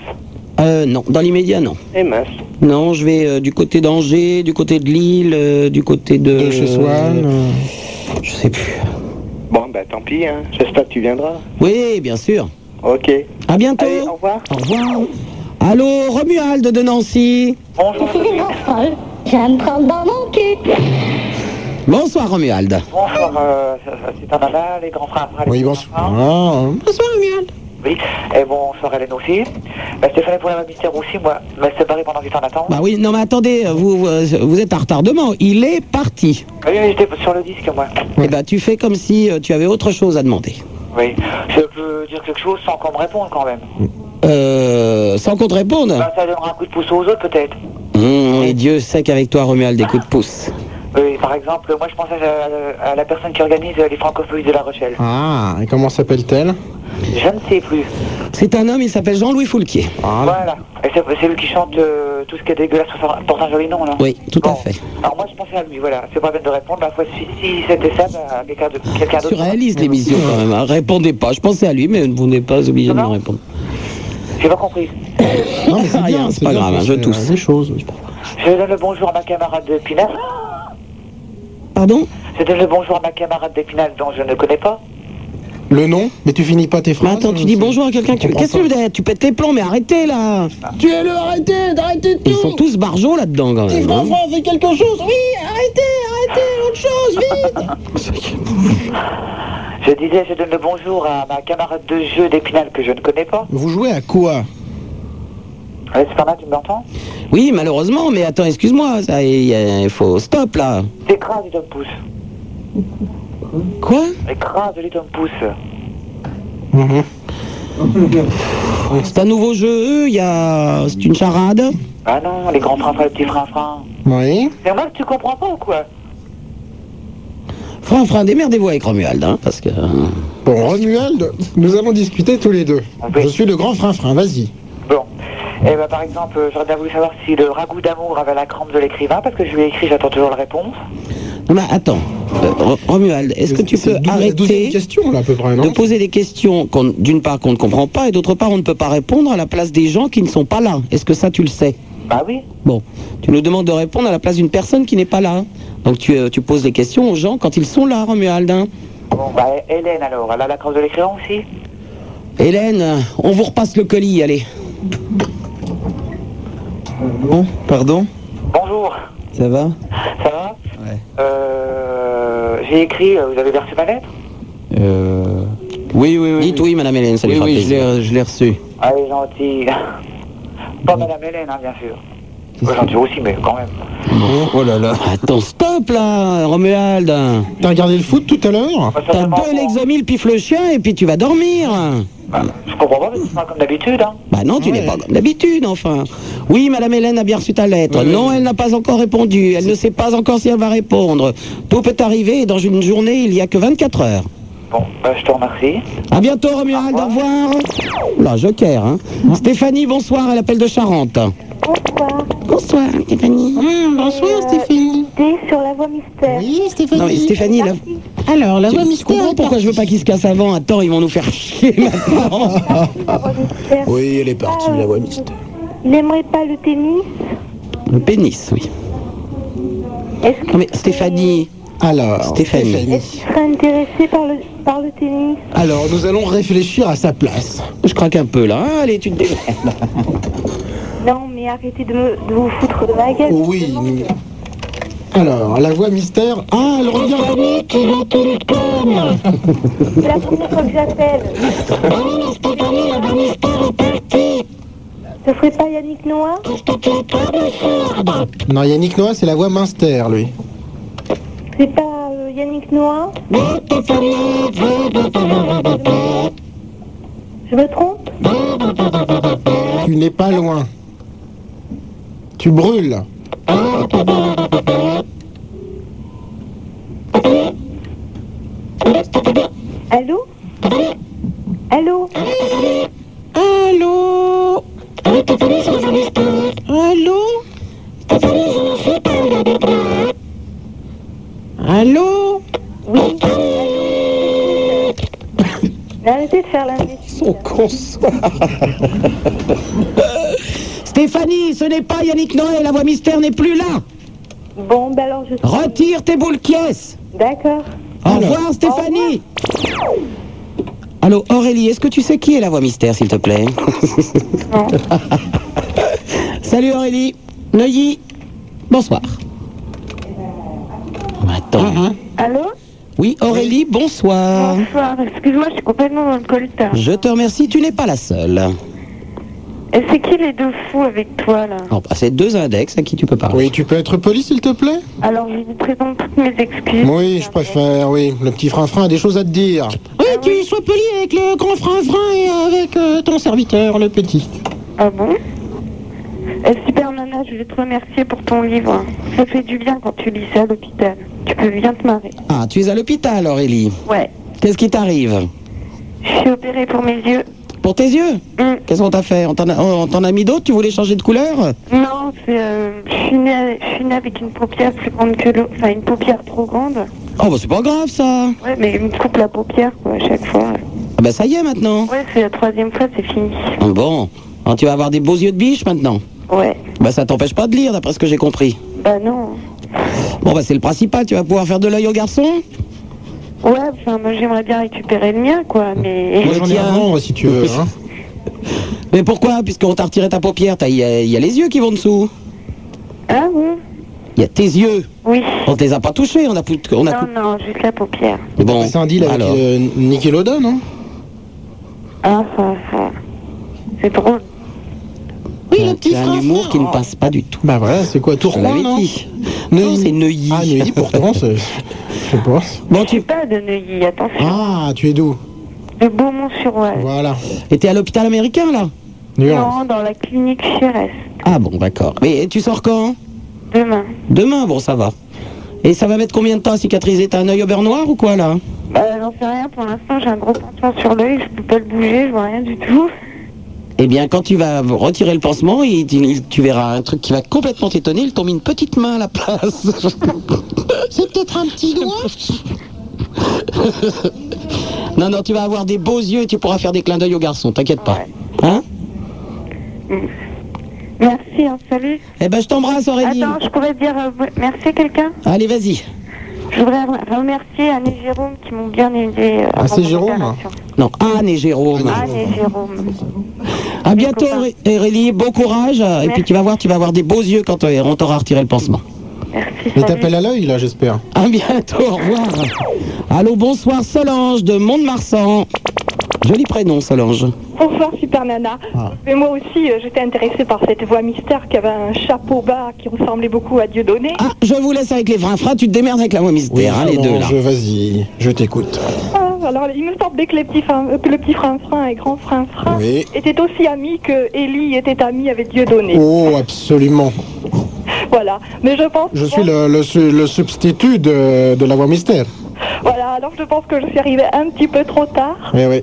Speaker 2: Euh, non, dans l'immédiat, non.
Speaker 15: Eh mince.
Speaker 2: Non, je vais euh, du côté d'Angers, du côté de Lille, euh, du côté de.
Speaker 13: De chez Swan, euh.
Speaker 2: Je sais plus.
Speaker 15: Bon, bah tant pis, hein. j'espère que tu viendras.
Speaker 2: Oui, bien sûr.
Speaker 15: Ok.
Speaker 2: À bientôt.
Speaker 15: Allez, au revoir.
Speaker 2: Au revoir. Allô, Romuald de Nancy.
Speaker 15: Bonjour.
Speaker 16: Je vais me prendre dans mon cul.
Speaker 2: Bonsoir, Romuald.
Speaker 17: Bonsoir, euh, Super Nana, les grands frères. les
Speaker 2: Oui,
Speaker 17: petits
Speaker 2: bonsoir.
Speaker 17: frères.
Speaker 2: Bonsoir, Romuald.
Speaker 17: Oui, et bonsoir Hélène aussi. Bah, Stéphane, pour la mystère aussi, moi, mais c'est pareil pendant que tu en attends.
Speaker 2: Bah oui, non, mais attendez, vous, vous, vous êtes en retardement. Il est parti.
Speaker 17: Ah Oui, mais j'étais sur le disque, moi.
Speaker 2: Eh ben, tu fais comme si euh, tu avais autre chose à demander.
Speaker 17: Oui, je peux dire quelque chose sans qu'on me réponde quand même.
Speaker 2: Euh, sans qu'on te réponde.
Speaker 17: Bah, ça donnera un coup de pouce aux autres peut-être.
Speaker 2: Hum, et Dieu sait qu'avec toi, Romuald, des coups de pouce.
Speaker 17: Oui, par exemple, moi je pensais à, à la personne qui organise les francophones de La Rochelle.
Speaker 13: Ah, et comment s'appelle-t-elle
Speaker 17: Je ne sais plus.
Speaker 2: C'est un homme, il s'appelle Jean-Louis Foulquier.
Speaker 17: Voilà. Et c'est c'est lui qui chante euh, tout ce qui est dégueulasse pour- pour un joli nom, là.
Speaker 2: Oui, tout à fait.
Speaker 17: Alors moi je pensais à lui, voilà. C'est pas la peine de répondre. La fois, si, si c'était ça, bah, quelqu'un de- quelqu'un d'autre.
Speaker 2: Tu réalises l'émission quand même. hein. Répondez pas. Je pensais à lui, mais vous n'êtes pas obligé de me répondre.
Speaker 17: J'ai pas compris. Ah,
Speaker 2: Non, mais c'est bien. C'est pas
Speaker 13: bien,
Speaker 2: grave, hein,
Speaker 13: c'est
Speaker 2: je
Speaker 13: la-
Speaker 2: tousse.
Speaker 13: des choses.
Speaker 17: Je donne le bonjour à ma camarade d'Épinal.
Speaker 2: Pardon
Speaker 17: Je donne le bonjour à ma camarade d'Épinal dont je ne connais pas.
Speaker 13: Le nom Mais tu finis pas tes phrases.
Speaker 2: attends, tu dis bonjour à quelqu'un. que- Qu'est-ce que vous êtes Tu pètes tes plombs, mais arrêtez là
Speaker 13: Tuez-le, arrêtez, arrêtez
Speaker 2: Ils sont tous barjots là-dedans
Speaker 8: Ah,
Speaker 2: quand même. hein.
Speaker 13: fait quelque chose Oui, arrêtez, arrêtez, autre chose, vite
Speaker 17: Je disais, je donne le bonjour à ma camarade de jeu d'Épinal que je ne connais pas.
Speaker 13: Vous jouez à quoi
Speaker 17: Allez, Superman, tu m'entends
Speaker 2: Oui, malheureusement, mais attends, excuse-moi, ça, il y a- il faut stop là.
Speaker 17: Écrase les Tom Pouce.
Speaker 2: Quoi
Speaker 17: Écrase les Tom Pouce.
Speaker 13: Mhm.
Speaker 2: C'est un nouveau jeu, il y a, c'est une charade.
Speaker 17: Ah non, les grands freins, les petits freins, freins.
Speaker 2: Oui.
Speaker 17: C'est moi que tu comprends pas ou quoi
Speaker 2: Frein, frein, démerdez-vous avec Romuald, hein, parce que.
Speaker 13: Bon, Romuald, nous avons discuté tous les deux. Je suis le grand frein-frein, vas-y.
Speaker 17: Bon. Eh ben, par exemple, euh, j'aurais bien voulu savoir si le ragoût d'amour avait la crampe de l'écrivain, parce que je lui ai écrit, j'attends toujours la réponse.
Speaker 2: Non, mais attends, euh, Ro- Romuald, est-ce que tu peux arrêter de poser des questions qu'on- d'une part qu'on ne comprend pas et d'autre part on ne peut pas répondre à la place des gens qui ne sont pas là Est-ce que ça tu le sais
Speaker 17: Bah oui.
Speaker 2: Bon, tu nous demandes de répondre à la place d'une personne qui n'est pas là. Donc tu, euh, tu poses des questions aux gens quand ils sont là, Romuald. hein.
Speaker 17: Bon, bah, Hélène, alors, elle a la crampe de l'écrivain aussi
Speaker 2: Hélène, euh, on vous repasse le colis, allez. Bon, pardon
Speaker 17: Bonjour.
Speaker 2: Ça va
Speaker 17: Ça va Ouais. Euh, j'ai écrit, euh, vous avez bien reçu ma lettre
Speaker 2: Oui, oui, oui. Dites oui, madame Hélène, ça lui
Speaker 18: Oui,
Speaker 2: fera
Speaker 18: oui, je
Speaker 2: plaisir.
Speaker 18: l'ai- je l'ai reçu.
Speaker 17: Allez, gentil. Pas Madame Hélène, hein, bien sûr. Ouais, gentil aussi, mais quand même.
Speaker 2: Oh là là. Attends, stop là, Romuald. T'as regardé le foot tout à l'heure T'as deux l'exomile, pif le chien, et puis tu vas dormir.
Speaker 17: Je comprends pas, mais c'est pas comme d'habitude, hein.
Speaker 2: Bah non, tu n'es pas comme d'habitude, enfin. Oui, Madame Hélène a bien reçu ta lettre. non, elle n'a pas encore répondu. Elle ne sait pas encore si elle va répondre. Tout peut arriver et dans une journée, il n'y a que 24 heures.
Speaker 17: Bon, bah, je te remercie.
Speaker 2: À bientôt, Romuald. Au revoir. Là, joker. Hein. Stéphanie, bonsoir. Elle appelle de Charente.
Speaker 12: Bonsoir.
Speaker 2: Bonsoir, Stéphanie.
Speaker 4: Mmh,
Speaker 2: Euh,
Speaker 12: bonsoir, Stéphanie. sur la voie mystère.
Speaker 13: Oui,
Speaker 12: Stéphanie.
Speaker 2: Non, mais Stéphanie, la...
Speaker 13: Alors,
Speaker 12: la voix
Speaker 2: Tu- tu
Speaker 12: mystère
Speaker 2: comprends
Speaker 12: est
Speaker 2: pourquoi je veux pas qu'ils se cassent avant Attends, ils vont nous faire chier maintenant.
Speaker 12: Oui,
Speaker 2: elle est partie, la voix mystère.
Speaker 12: Il n'aimerait pas le tennis
Speaker 2: Le pénis, oui. Non, mais Stéphanie.
Speaker 13: Alors,
Speaker 2: Stéphanie.
Speaker 12: Est-ce qu'il serait intéressé par le, par le tennis
Speaker 13: Alors, nous allons réfléchir à sa place.
Speaker 2: Je craque un peu là. hein. Allez, tu te démerdes.
Speaker 12: Non, mais arrêtez de, me, de vous foutre de ma gueule.
Speaker 2: Oh
Speaker 13: Oui. Alors, la voix mystère. Ah, elle revient Stéphanie, tu vas tout le
Speaker 12: C'est la première fois que j'appelle.
Speaker 13: Stéphanie, la voix mystère est partie.
Speaker 12: Ce serait pas Yannick Noah
Speaker 13: Non, Yannick Noah, c'est la voix minster, lui.
Speaker 12: C'est pas euh, Yannick Noah Je me trompe
Speaker 13: Tu n'es pas loin. Tu brûles.
Speaker 12: Allô Allô
Speaker 13: Allô Allô Allô
Speaker 12: Oui.
Speaker 4: Arrêtez de faire l'imbécile.
Speaker 2: Son con Stéphanie, ce n'est pas Yannick Noël, la voix mystère n'est plus là.
Speaker 4: Bon, ben alors je...
Speaker 2: Retire tes boules pièces.
Speaker 4: D'accord.
Speaker 2: Au revoir Stéphanie. Allô Aurélie, est-ce que tu sais qui est la voix mystère s'il te plaît Salut Aurélie. Neuilly. Bonsoir. Attends.
Speaker 4: Euh, Allô
Speaker 2: Oui Aurélie, bonsoir.
Speaker 4: Bonsoir, excuse-moi, je suis complètement dans le coltard.
Speaker 2: Je te remercie, tu n'es pas la seule.
Speaker 4: Et c'est qui les deux fous avec toi, là
Speaker 2: Oh, bah, c'est deux index à qui tu peux parler.
Speaker 13: Oui, tu peux être poli, s'il te plaît
Speaker 4: Alors, je vous présente toutes mes excuses.
Speaker 13: Oui, je préfère, oui. Le petit frein-frein a des choses à te dire.
Speaker 2: Oui,
Speaker 4: Ah
Speaker 2: tu sois poli avec le grand frein-frein et avec euh, ton serviteur, le petit.
Speaker 4: Ah bon Eh, Super Nana, je vais te remercier pour ton livre. Ça fait du bien quand tu lis ça à l'hôpital. Tu peux bien te marrer.
Speaker 2: Ah, tu es à l'hôpital, Aurélie.
Speaker 4: Ouais,
Speaker 2: Qu'est-ce qui t'arrive
Speaker 4: je suis opérée pour mes yeux.
Speaker 2: Pour tes yeux
Speaker 4: Hum.
Speaker 2: Qu'est-ce qu'on t'a fait On t'en a, on t'en a mis d'autres Tu voulais changer de couleur
Speaker 4: Non, c'est, euh, je suis née je suis née avec une paupière plus grande que l'autre. Enfin, une paupière trop grande.
Speaker 2: Oh, bah c'est pas grave ça
Speaker 4: Ouais, mais il me coupe la paupière, quoi, à chaque fois.
Speaker 2: Ah, bah ça y est maintenant
Speaker 4: Ouais, c'est la troisième fois, c'est fini.
Speaker 2: Bon, Alors, tu vas avoir des beaux yeux de biche maintenant
Speaker 4: Ouais.
Speaker 2: Bah ça t'empêche pas de lire, d'après ce que j'ai compris.
Speaker 4: Bah non.
Speaker 2: Bon, bah c'est le principal, tu vas pouvoir faire de l'œil au garçon
Speaker 4: Ouais, enfin, moi, j'aimerais bien récupérer le mien, quoi, mais...
Speaker 2: Le tien.
Speaker 13: si tu veux. hein.
Speaker 2: Mais pourquoi Puisqu'on t'a retiré ta paupière, t'as- il y, a- il y a les yeux qui vont dessous.
Speaker 4: Ah oui
Speaker 2: Il y a tes yeux.
Speaker 4: Oui.
Speaker 2: On te les a pas touchés, on a... pou- On a
Speaker 4: Non, non, juste la paupière.
Speaker 2: Bon,
Speaker 13: C'est un deal avec
Speaker 2: alors.
Speaker 13: euh, Nickelodeon, non
Speaker 4: Ah, ah, ah. C'est drôle.
Speaker 2: Oui, le petit oh. un humour qui ne passe pas du tout.
Speaker 13: Bah voilà, c'est quoi
Speaker 2: Je
Speaker 13: Tourcoing,
Speaker 2: l'avais
Speaker 13: non
Speaker 2: dit. Non, c'est Neuilly.
Speaker 13: Ah, Neuilly, pourtant, c'est- je pense.
Speaker 2: Bon,
Speaker 4: Je
Speaker 2: tu
Speaker 4: suis pas de Neuilly, attention.
Speaker 13: Ah, tu es d'où
Speaker 4: De Beaumont-sur-Oise.
Speaker 13: Voilà.
Speaker 2: étais à l'hôpital américain, là
Speaker 4: Non, dans la clinique Chérès,
Speaker 2: Ah bon, d'accord. Mais tu sors quand
Speaker 4: demain.
Speaker 2: Demain, bon, ça va. Et ça va mettre combien de temps à cicatriser T'as un œil au beurre noir ou quoi, là
Speaker 4: Bah, j'en sais rien, pour l'instant, j'ai un gros pansement sur l'œil, je peux pas le bouger, je vois rien du tout.
Speaker 2: Eh bien, quand tu vas retirer le pansement, il- il- tu verras un truc qui va complètement t'étonner. Il tombe une petite main à la place.
Speaker 13: C'est peut-être un petit doigt
Speaker 2: non, non, tu vas avoir des beaux yeux et tu pourras faire des clins d'œil aux garçons, t'inquiète pas. Hein
Speaker 4: Merci, hein, salut.
Speaker 2: Eh ben, je t'embrasse, Aurélie.
Speaker 4: Attends, je pourrais dire euh, merci à quelqu'un
Speaker 2: Allez, vas-y.
Speaker 4: Je voudrais re- remercier Anne et Jérôme qui m'ont bien aidé. euh,
Speaker 2: Ah, c'est
Speaker 4: avant mon
Speaker 2: Jérôme
Speaker 4: opération.
Speaker 2: Non, Anne et Jérôme.
Speaker 4: Anne et Jérôme.
Speaker 2: À bientôt, Auré- Aurélie. Bon courage. Et puis, tu vas voir, tu vas avoir des beaux yeux quand euh, on t'aura retiré le pansement.
Speaker 13: Il t'appelle à l'œil, là, j'espère.
Speaker 2: À bientôt, au revoir. Allô, bonsoir Solange de Mont-de-Marsan. Joli prénom Solange.
Speaker 18: Bonsoir Super Nana.
Speaker 13: Ah.
Speaker 18: Mais moi aussi, euh, j'étais intéressée par cette voix mystère qui avait un chapeau bas qui ressemblait beaucoup à Dieudonné.
Speaker 2: Ah, je vous laisse avec les frinfras, tu te démerdes avec la voix
Speaker 13: Oui,
Speaker 2: mystère, hein, les deux là.
Speaker 13: Solange, Vas-y, je t'écoute.
Speaker 18: Ah, alors, il me semblait que, les petits freins- euh, que le petit frein-frein et grand frein-frein
Speaker 13: Oui.
Speaker 18: étaient aussi amis que Ellie était amie avec Dieudonné.
Speaker 13: Oh, absolument.
Speaker 18: Voilà. Mais je pense.
Speaker 13: Je suis le, le su- le substitut de, de la voix mystère.
Speaker 18: Voilà, alors je pense que je suis arrivée un petit peu trop tard.
Speaker 13: Oui, oui.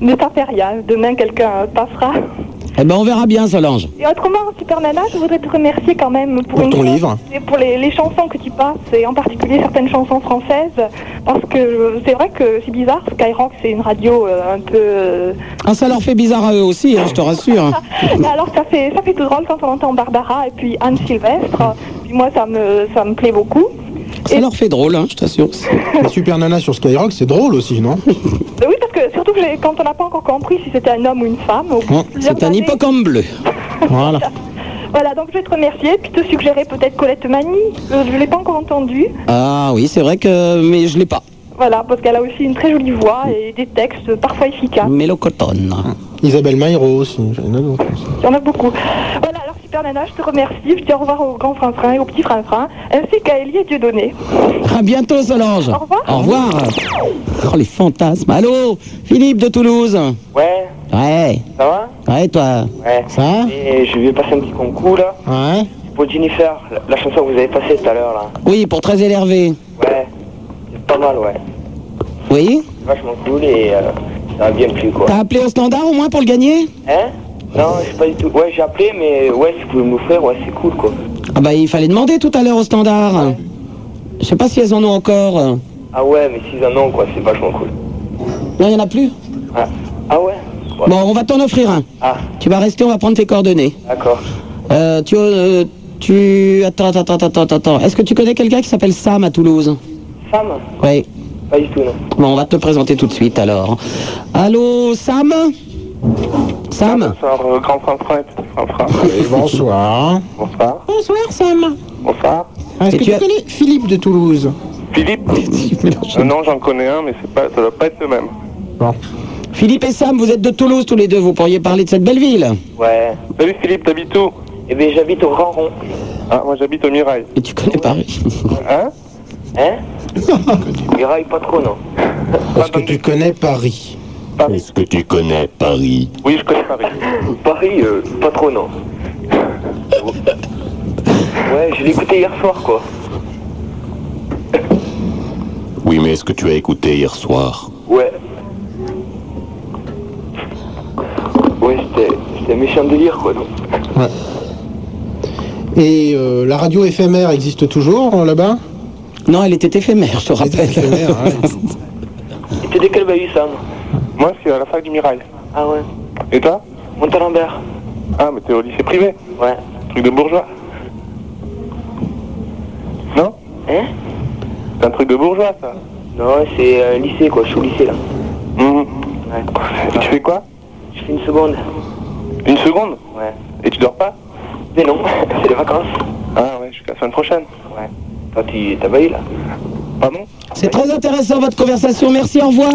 Speaker 18: Mais ça fait rien. Demain, quelqu'un euh, passera.
Speaker 2: Eh ben, on verra bien Solange.
Speaker 18: Et autrement, Super Nana, je voudrais te remercier quand même pour, une
Speaker 2: ton
Speaker 18: fois,
Speaker 2: livre.
Speaker 18: et pour les, les chansons que tu passes, et en particulier certaines chansons françaises, parce que euh, c'est vrai que c'est bizarre, Skyrock c'est une radio euh, un peu... euh,
Speaker 2: Ah, ça leur fait bizarre à eux aussi, hein, je te rassure.
Speaker 18: mais alors ça fait, ça fait tout drôle quand on entend Barbara et puis Anne Sylvestre, puis moi ça me, ça me plaît beaucoup.
Speaker 2: Ça leur fait drôle, hein, je t'assure.
Speaker 13: Les super nanas sur Skyrock, c'est drôle aussi, non
Speaker 18: Mais oui, parce que surtout que j'ai- quand on n'a pas encore compris si c'était un homme ou une femme, au bout de plusieurs
Speaker 13: C'est un
Speaker 18: années-
Speaker 2: hippocampe bleu.
Speaker 13: Voilà.
Speaker 18: Voilà, donc je vais te remercier, puis te suggérer peut-être Colette Mani, je ne l'ai pas encore entendue.
Speaker 2: Ah oui, c'est vrai que. Mais je l'ai pas.
Speaker 18: Voilà, parce qu'elle a aussi une très jolie voix et des textes parfois efficaces.
Speaker 2: Mélocotone.
Speaker 13: Isabelle Maïro aussi. j'en ai d'autres.
Speaker 18: Il y en a beaucoup. Voilà, alors Super Nana, je te remercie. Je te dis au revoir au grand Frinfrin et au petit Frinfrin, ainsi qu'à Elie et Dieudonné.
Speaker 2: À bientôt Solange. Au revoir. Au revoir. Oh, les fantasmes. Allô, Philippe de Toulouse.
Speaker 15: Ouais,
Speaker 2: Ouais.
Speaker 15: ça va
Speaker 2: Ouais, toi.
Speaker 15: Ouais.
Speaker 2: Ça
Speaker 15: Et je vais passer un petit concours là.
Speaker 13: Ouais.
Speaker 15: Pour Jennifer, la, la chanson que vous avez passée tout à l'heure là.
Speaker 2: Oui, pour très énervé.
Speaker 15: Ouais, c'est pas mal, ouais.
Speaker 2: Oui
Speaker 15: C'est vachement cool et euh, ça a bien plu quoi.
Speaker 2: T'as appelé au standard au moins pour le gagner
Speaker 15: Hein Non, je sais pas du tout. Ouais, j'ai appelé, mais ouais, si vous pouvez me l'offrir, ouais, c'est cool quoi.
Speaker 2: Ah bah il fallait demander tout à l'heure au standard. Je sais pas si elles en ont encore.
Speaker 15: Ah ouais, mais 6 un an quoi, c'est vachement cool.
Speaker 2: Non, il y en a plus
Speaker 15: Ah, ah ouais
Speaker 2: Bon, on va t'en offrir un.
Speaker 15: Ah.
Speaker 2: Tu vas rester, on va prendre tes coordonnées.
Speaker 15: D'accord.
Speaker 2: Euh, tu, euh, tu... Attends, attends, attends, attends, attends. Est-ce que tu connais quelqu'un qui s'appelle Sam à Toulouse
Speaker 15: Sam
Speaker 2: Oui.
Speaker 15: Pas du tout, non.
Speaker 2: Bon, on va te le présenter tout de suite, alors. Allô, Sam Sam
Speaker 15: Bonsoir, euh, grand Franck Franck. Franck Franck.
Speaker 13: bonsoir.
Speaker 15: Bonsoir.
Speaker 13: Bonsoir, Sam.
Speaker 15: Bonsoir.
Speaker 13: Ah, Est-ce que tu connais Philippe de Toulouse
Speaker 15: Philippe Euh, Non, j'en connais un, mais c'est pas, ça doit pas être le même.
Speaker 2: Philippe et Sam, vous êtes de Toulouse tous les deux, vous pourriez parler de cette belle ville.
Speaker 15: Ouais. Salut Philippe, t'habites où Eh bien, j'habite au Grand Rond. Ah, moi j'habite au Mirail.
Speaker 2: Et tu connais Paris
Speaker 15: Hein Hein Mirail, pas trop, non.
Speaker 13: Est-ce que tu connais Paris
Speaker 8: Est-ce que tu connais Paris
Speaker 15: Oui, je connais Paris. Paris, euh, pas trop, non. ouais, je l'ai écouté hier soir, quoi.
Speaker 8: Oui, mais est-ce que tu as écouté hier soir
Speaker 15: Ouais. Ouais, c'était c'était un méchant délire, quoi, non
Speaker 13: Ouais. Et euh, la radio éphémère existe toujours euh, là-bas
Speaker 2: Non, elle était éphémère, je te rappelle.
Speaker 15: Et t'es de quel bahut, Sam Moi, je suis à la fac du Mirail. Ah ouais Et toi Montalembert. Ah, mais t'es au lycée privé Ouais. Truc de bourgeois Non Hein C'est un truc de bourgeois, ça Non, c'est un lycée, quoi. Je suis au lycée, là. Mmh. Et tu fais quoi Je fais une seconde. Une seconde Ouais. Et tu dors pas Mais non, c'est les vacances. Ah ouais, jusqu'à la semaine prochaine Ouais. Toi, tu t'as baillé, là Pardon
Speaker 2: C'est très intéressant votre conversation, merci, au revoir.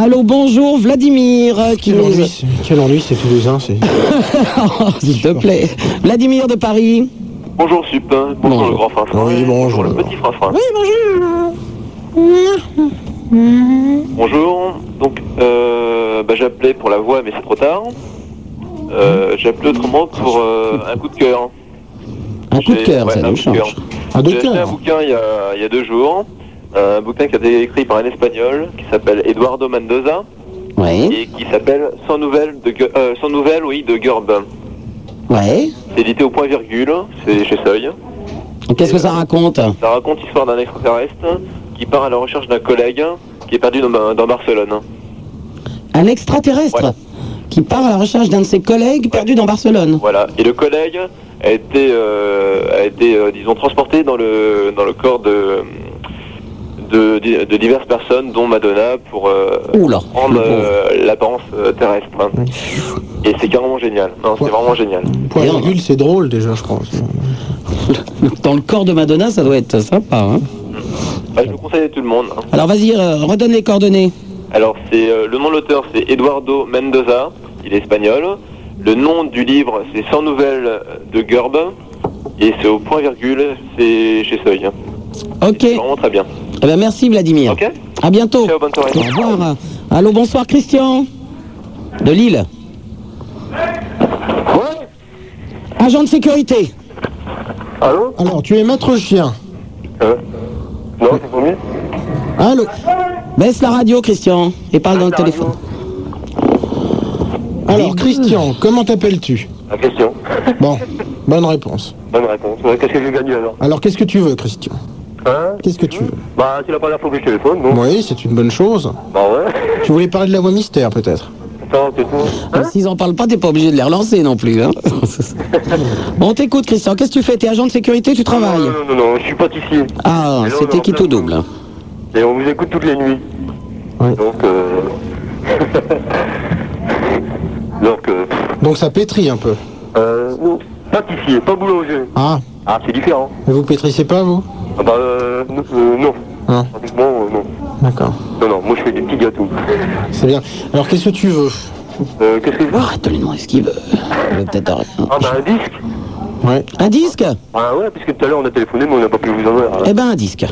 Speaker 2: Allô, bonjour, Vladimir. euh, Qui
Speaker 13: Quel
Speaker 2: nous...
Speaker 13: ennui, c'est- quel ennui ces Toulousains, c'est...
Speaker 2: Oh, S'il te plaît. Vladimir de Paris.
Speaker 19: Bonjour Sup, bonjour, le grand Frafrin,
Speaker 13: Oui, bonjour.
Speaker 19: petit Frafrin.
Speaker 2: bonjour.
Speaker 19: Bonjour, donc euh, bah, j'appelais pour la voix mais c'est trop tard. Euh, j'appelais autrement pour euh, un coup de cœur.
Speaker 2: Un coup de
Speaker 19: J'ai-
Speaker 2: cœur,
Speaker 19: ouais,
Speaker 2: ça
Speaker 19: un
Speaker 2: nous
Speaker 19: coup de
Speaker 2: change.
Speaker 19: cœur.
Speaker 2: Un de
Speaker 19: J'ai acheté
Speaker 2: cœur.
Speaker 19: un bouquin il y, a, il y a deux jours, un bouquin qui a été écrit par un espagnol qui s'appelle Eduardo Mendoza
Speaker 2: Oui.
Speaker 19: et qui s'appelle Sans nouvelles de, Gue- euh, Sans nouvelles, oui, de Gerb.
Speaker 2: Ouais.
Speaker 19: C'est édité au point virgule, c'est chez Seuil.
Speaker 2: Qu'est-ce que ça raconte
Speaker 19: Ça raconte l'histoire d'un extraterrestre qui part à la recherche d'un collègue qui est perdu dans, dans Barcelone.
Speaker 2: Un extraterrestre qui part à la recherche d'un de ses collègues perdu dans Barcelone.
Speaker 19: Voilà. Et le collègue a été, euh, a été euh, disons, transporté dans le, dans le corps de, de, de diverses personnes, dont Madonna, pour euh,
Speaker 2: Oula,
Speaker 19: prendre euh, l'apparence euh, terrestre. Et c'est carrément génial. Non, c'est vraiment génial.
Speaker 13: Point virgule, c'est drôle déjà, je pense.
Speaker 2: Dans le corps de Madonna, ça doit être sympa. hein.
Speaker 19: Bah, je le conseille à tout le monde. hein.
Speaker 2: Alors vas-y, euh, redonne les coordonnées.
Speaker 19: Alors, c'est euh, le nom de l'auteur, c'est Eduardo Mendoza. Il est espagnol. Le nom du livre, c'est 100 nouvelles de Gerb. Et c'est au point virgule, c'est chez Seuil. hein.
Speaker 2: Ok.
Speaker 19: C'est vraiment très bien.
Speaker 2: Eh ben, merci Vladimir.
Speaker 19: Ok.
Speaker 2: À bientôt.
Speaker 19: Ciao, bonne soirée.
Speaker 2: Au revoir. Allô, bonsoir Christian. De Lille. Agent de sécurité.
Speaker 13: Allô Alors, tu es maître chien.
Speaker 19: Non, c'est pour mieux.
Speaker 13: Allô
Speaker 2: Baisse la radio Christian et parle dans le téléphone.
Speaker 13: Alors, Christian, comment t'appelles-tu
Speaker 19: La question.
Speaker 13: Bon, bonne réponse.
Speaker 19: Bonne réponse. Ouais, Qu'est-ce que j'ai gagné alors
Speaker 13: Alors, qu'est-ce que tu veux, Christian
Speaker 19: Hein
Speaker 13: Qu'est-ce que tu veux
Speaker 19: Bah, c'est la première fois que je téléphone, non
Speaker 13: Oui, c'est une bonne chose.
Speaker 19: Bah ouais.
Speaker 13: Tu voulais parler de la voix mystère, peut-être
Speaker 19: Attends, Hein c'est tout.
Speaker 2: S'ils en parlent pas, t'es pas obligé de les relancer non plus. hein. bon, t'écoute Christian, qu'est-ce que tu fais T'es agent de sécurité, tu travailles
Speaker 19: Non, non, non, je suis pâtissier. Et
Speaker 2: Ah,
Speaker 19: là, on est
Speaker 2: c'est
Speaker 19: en
Speaker 2: équipe
Speaker 19: plein
Speaker 2: au double.
Speaker 19: Et on vous écoute toutes les nuits. Donc, euh... Donc, euh...
Speaker 13: Donc, ça pétrit un peu.
Speaker 19: euh, non. Pâtissier, pas boulanger.
Speaker 13: Ah,
Speaker 19: Ah, c'est différent.
Speaker 13: mais vous pétrissez pas, vous Hein,
Speaker 19: Ah bah, euh, n- euh, non.
Speaker 13: Non.
Speaker 19: Bon, euh, non.
Speaker 13: D'accord.
Speaker 19: Non, non, moi je fais des petits gâteaux.
Speaker 13: C'est bien. Alors, qu'est-ce que tu veux
Speaker 19: Euh, qu'est-ce que je veux
Speaker 2: Arrête de lui demander Ah, ce qu'il veut. Il veut peut-être rien.
Speaker 19: Ah bah, un disque
Speaker 13: Ouais.
Speaker 2: Un disque
Speaker 19: Ah ouais, puisque tout à l'heure on a téléphoné, mais on n'a pas pu vous en avoir.
Speaker 2: Eh ben, un disque.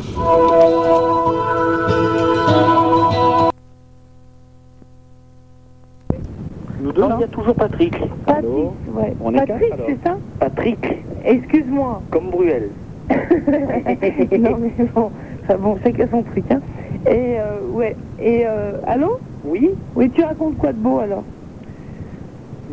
Speaker 14: Nous deux, il y a toujours Patrick. Patrick, ouais. On est Patrick, c'est ça Patrick. Excuse-moi. Comme Bruel.
Speaker 4: non mais bon, enfin bon, chacun son truc. Hein. Et euh, ouais, et euh, allô Oui. Oui, tu racontes quoi de beau alors